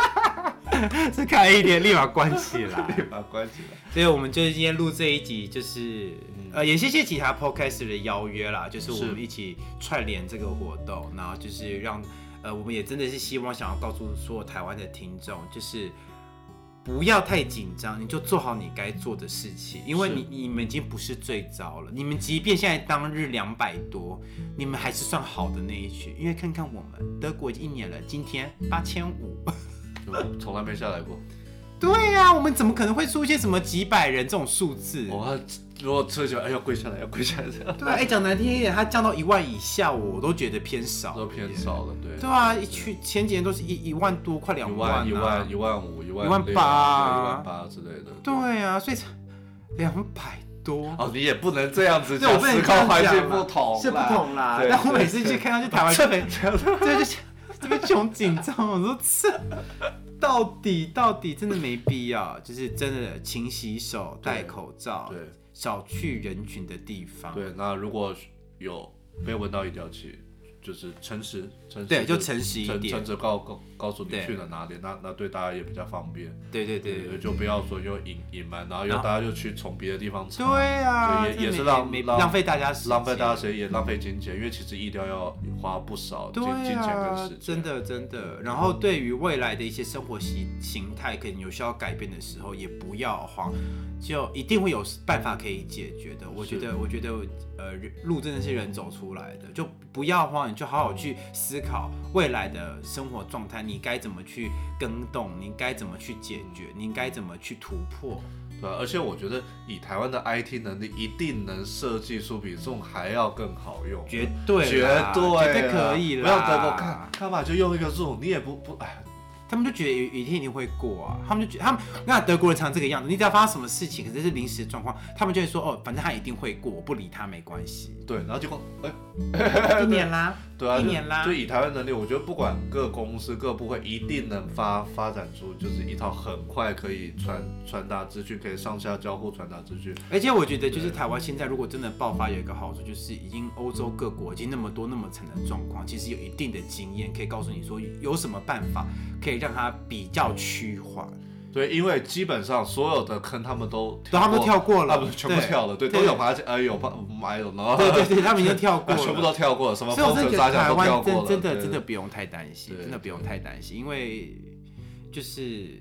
Speaker 2: *laughs* 是开一天立马关起
Speaker 3: *laughs*
Speaker 2: 来。
Speaker 3: 把它啊关起来。
Speaker 2: 所以我们就是今天录这一集，就是、呃，也谢谢其他 podcast 的邀约啦，就是我们
Speaker 3: 嗯是
Speaker 2: 一起串联这个活动，然后就是让呃，我们也真的是希望想要告诉所有台湾的听众，就是不要太紧张，你就做好你该做的事情，因为
Speaker 3: 是
Speaker 2: 你你们已经不是最糟了，你们即便现在当日两百多，你们还是算好的那一群，因为看看我们德国已经一年了，今天八千五。 *laughs*
Speaker 3: 就从来没下来过。
Speaker 2: 对呀、我们怎么可能会出现什么几百人这种数字？
Speaker 3: 我如果车起来，哎，要跪下来，要跪下来这样，
Speaker 2: 对啊，哎、讲难听一点，它降到一万以下，我都觉得偏少，
Speaker 3: 都偏。少了，对。
Speaker 2: 对啊，一去前几年都是一一万多，快两
Speaker 3: 一
Speaker 2: 万、啊，
Speaker 3: 万一万一万五一万
Speaker 2: 一万
Speaker 3: 六
Speaker 2: 八啊
Speaker 3: 对一万八之类的。
Speaker 2: 对啊，所以才两百多。
Speaker 3: 哦，你也不能这样子
Speaker 2: 对，我
Speaker 3: 讲，
Speaker 2: 不能
Speaker 3: 思
Speaker 2: 这样
Speaker 3: 考环
Speaker 2: 讲
Speaker 3: 境
Speaker 2: 啦
Speaker 3: 不同啦，
Speaker 2: 是不同啦。
Speaker 3: 对
Speaker 2: 但我
Speaker 3: 对
Speaker 2: 每次去看到去台湾这边，对，就是这边穷紧张，我说这到底到底真的没必要，就是真的勤洗手、戴口罩，
Speaker 3: 对
Speaker 2: 少去人群的地方，
Speaker 3: 对，那如果有被闻到一条气，就是诚实，诚实
Speaker 2: 对就
Speaker 3: 诚
Speaker 2: 诚实一点
Speaker 3: 诚实告告告诉你
Speaker 2: 对
Speaker 3: 去了哪里，那那对大家也比较方便。
Speaker 2: 对对对对。
Speaker 3: 就不要说又隐隐瞒，然后又
Speaker 2: 然后
Speaker 3: 大家就去从别的地方查，
Speaker 2: 对啊，
Speaker 3: 对
Speaker 2: 真的
Speaker 3: 也也
Speaker 2: 没
Speaker 3: 是浪
Speaker 2: 没
Speaker 3: 浪
Speaker 2: 浪费大家时间
Speaker 3: 浪费大家时间，也浪费金钱，因为其实医疗要花不少金
Speaker 2: 对
Speaker 3: 金钱跟时
Speaker 2: 啊
Speaker 3: 间，，嗯
Speaker 2: 真的真的。然后对于未来的一些生活习形态，可能有需要改变的时候，也不要慌，就一定会有办法可以解决的。我觉得，我觉得，呃，人路真的是人走出来的，就不要慌，你就好好去思考未来的生活状态，你该怎么去更动，你该怎么去解决，你该怎么去突破。
Speaker 3: 对啊、而且我觉得以台湾的 IT 能力，一定能设计出比这种还要更好用。
Speaker 2: 绝对
Speaker 3: 绝
Speaker 2: 啦，
Speaker 3: 对
Speaker 2: 绝对可以
Speaker 3: 了。
Speaker 2: 啦。
Speaker 3: 不要德国看，干嘛就用一个 Zoom，你也不不哎，。
Speaker 2: 他们就觉得有有一天一定会过啊，他们就觉得他们那德国人常这个样子，你只要发生什么事情，可是是临时状况，他们就会说哦，反正他一定会过，我不理他没关系
Speaker 3: 对，然后结果哎，
Speaker 2: 一年啦，
Speaker 3: 对啊，
Speaker 2: 一
Speaker 3: 就
Speaker 2: 年啦
Speaker 3: 就以台湾能力，我觉得不管各公司各部会，一定能发发展出就是一套很快可以传传达资讯，可以上下交互传达资讯。
Speaker 2: 而且我觉得就是台湾现在如果真的爆发，有一个好处就是已经欧洲各国已经那么多那么惨的状况，其实有一定的经验可以告诉你说有什么办法可以让它比较趋缓，
Speaker 3: 对，因为基本上所有的坑他们都
Speaker 2: 对他们都跳过了
Speaker 3: 他啊们全部
Speaker 2: 对
Speaker 3: 跳了，对，
Speaker 2: 对
Speaker 3: 都有爬起，哎有爬，哎有，然后
Speaker 2: 对对对，他们已经跳过了，
Speaker 3: *laughs* 全部都跳过了，什么
Speaker 2: 所以我
Speaker 3: 风
Speaker 2: 真的
Speaker 3: 尘
Speaker 2: 觉
Speaker 3: 沙
Speaker 2: 得
Speaker 3: 墙
Speaker 2: 台
Speaker 3: 都跳
Speaker 2: 湾
Speaker 3: 过
Speaker 2: 真真
Speaker 3: 了，
Speaker 2: 的
Speaker 3: 对
Speaker 2: 真的不用太担心，
Speaker 3: 对
Speaker 2: 真的不用太担心，因为就是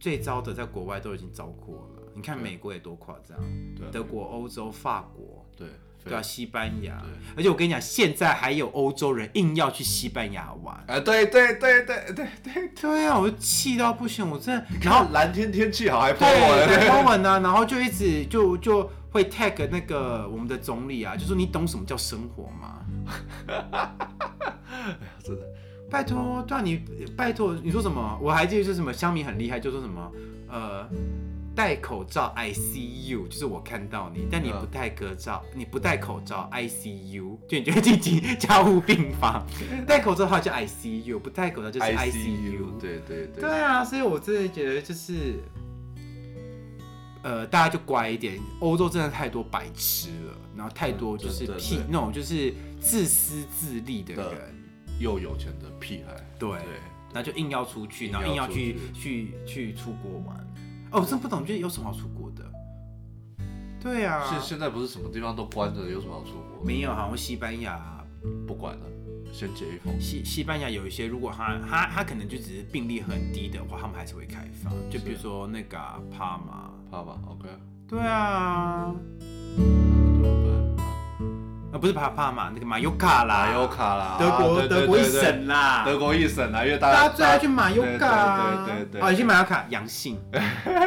Speaker 2: 最糟的在国外都已经糟过了，你看美国也多夸张，
Speaker 3: 对
Speaker 2: 德国、欧洲、法国，
Speaker 3: 对
Speaker 2: 对啊，西班牙
Speaker 3: 对。
Speaker 2: 而且我跟你讲，现在还有欧洲人硬要去西班牙玩。
Speaker 3: 哎，对对对对对对，
Speaker 2: 对啊，我就气到不行，我真的。然
Speaker 3: 然
Speaker 2: 后
Speaker 3: 后 *laughs* 蓝天天气好还破 *laughs*
Speaker 2: 对，
Speaker 3: 文，
Speaker 2: 发文啊，然后就一直就就会 tag 那个我们的总理啊，就说你懂什么叫生活吗？
Speaker 3: 真的
Speaker 2: 拜托，对啊，你拜托，你说什么？我还记得是什么，乡民很厉害，就说什么呃。戴口罩，I see you，就是我看到你，但你不戴口罩，你不戴口罩，I see you，就你觉得自己 *laughs* 家务病房，戴口罩的话叫 I see you，不戴口罩就是 I see you，
Speaker 3: ICU，对对对
Speaker 2: 对啊，所以我真的觉得就是，呃，大家就乖一点。欧洲真的太多白痴了，然后太多就是
Speaker 3: 嗯对对
Speaker 2: 屁
Speaker 3: 对
Speaker 2: 那种就是自私自利的
Speaker 3: 的
Speaker 2: 人，
Speaker 3: 又有钱的屁孩，
Speaker 2: 对，
Speaker 3: 对，
Speaker 2: 然后就硬要出去，然后硬
Speaker 3: 硬
Speaker 2: 要
Speaker 3: 要
Speaker 2: 去去去出国玩。哦，我真不懂，就是有什么好出国的？对啊，
Speaker 3: 现现在不是什么地方都关着，有什么好出国的？
Speaker 2: 没有，好像西班牙。
Speaker 3: 不管了，先解一封。
Speaker 2: 西西班牙有一些，如果他他他可能就只是病例很低的话，他们还是会开放。就比如
Speaker 3: 是
Speaker 2: 说那个啊帕马，
Speaker 3: 怕吧，OK，
Speaker 2: 对啊，
Speaker 3: 那怎么办？
Speaker 2: 啊，不是帕帕嘛，那个马尤卡啦，
Speaker 3: 马尤，啊卡啦，
Speaker 2: 德国、
Speaker 3: 啊
Speaker 2: 德国一省，啦，
Speaker 3: 对对对对德国一省啊啦，因为大
Speaker 2: 大
Speaker 3: 家
Speaker 2: 家最爱去马尤卡啊，
Speaker 3: 对对对对，
Speaker 2: 啊，去马尤卡阳性，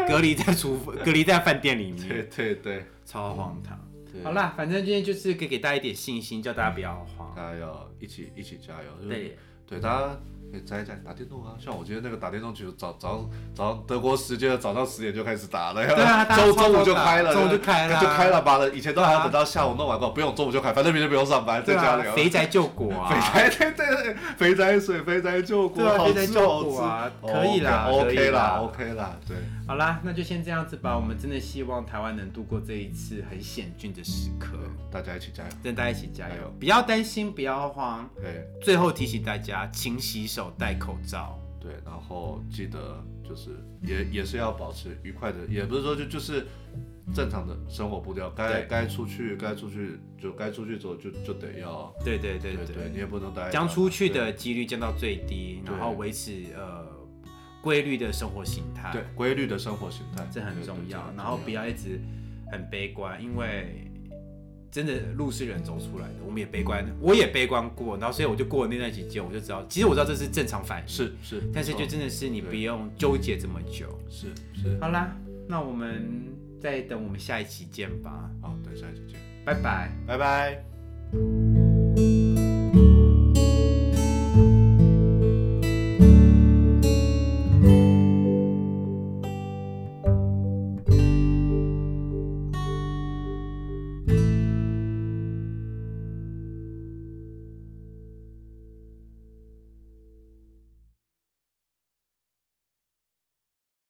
Speaker 2: 隔离在厨隔离在饭店里
Speaker 3: 对
Speaker 2: 面，
Speaker 3: 对对，
Speaker 2: 超荒唐。
Speaker 3: 对
Speaker 2: 好，啦，反正今天就是可以给大家一点信心，叫大家不要慌。
Speaker 3: 大家要一起一起加油，就是
Speaker 2: 对，
Speaker 3: 对，大家可以宅一宅打电动啊，像我今天那个打电动，其实早早早上德国时间的早上十点就开始打了呀，
Speaker 2: 对啊大家
Speaker 3: *laughs* 周
Speaker 2: 超早
Speaker 3: 中午就
Speaker 2: 打
Speaker 3: 开了，
Speaker 2: 中午就开了啊
Speaker 3: 就开了，妈的，以前都还
Speaker 2: 对
Speaker 3: 要
Speaker 2: 啊
Speaker 3: 等到下午弄完工，不用中午就开，反正明天不用上班，在
Speaker 2: 对
Speaker 3: 家
Speaker 2: 啊
Speaker 3: 里啊，
Speaker 2: 肥宅救国啊
Speaker 3: *laughs* 肥，宅，对对对，肥宅水，肥宅救国，
Speaker 2: 对啊
Speaker 3: 好
Speaker 2: 肥
Speaker 3: 吃
Speaker 2: 宅
Speaker 3: 好
Speaker 2: 救
Speaker 3: 吃
Speaker 2: 国啊可以啦可以
Speaker 3: ，OK
Speaker 2: 啦
Speaker 3: 啦，OK 啦，对，
Speaker 2: 好啦，那就先这样子吧。我们真的希望台湾能度过这一次很险峻的时刻，
Speaker 3: 大家一起加油，
Speaker 2: 真的大家一起加
Speaker 3: 加
Speaker 2: 油
Speaker 3: 油，
Speaker 2: 不要担心，不要慌。
Speaker 3: 对
Speaker 2: 最后提醒大家，勤洗手，戴口罩。
Speaker 3: 对，然后记得就是也也是要保持愉快的，也不是说就就是正常的生活步调，该
Speaker 2: 对
Speaker 3: 该出去该出去就该出去走就就得要，
Speaker 2: 对对对
Speaker 3: 对对
Speaker 2: 对
Speaker 3: 你，也不能待在
Speaker 2: 将
Speaker 3: 家
Speaker 2: 出去
Speaker 3: 对
Speaker 2: 的几率降到最低，
Speaker 3: 对
Speaker 2: 然后维持呃规律的生活形态，
Speaker 3: 对，规律的生活形态，
Speaker 2: 这很
Speaker 3: 对
Speaker 2: 重要。然后不。
Speaker 3: 对这很重
Speaker 2: 要一直很悲观，因为真的路是人走出来的，我们也悲观，我也悲观过，然后所以我就过了那段期间，我就知道，其实我知道这是正常反应，
Speaker 3: 是是，
Speaker 2: 但是嗯
Speaker 3: 没
Speaker 2: 就
Speaker 3: 错
Speaker 2: 真的是你不
Speaker 3: 对
Speaker 2: 用纠结这么久。
Speaker 3: 是是，
Speaker 2: 好啦，那我们再等我们下一期见吧，
Speaker 3: 好，等下一期见，
Speaker 2: 拜拜。
Speaker 3: 拜拜。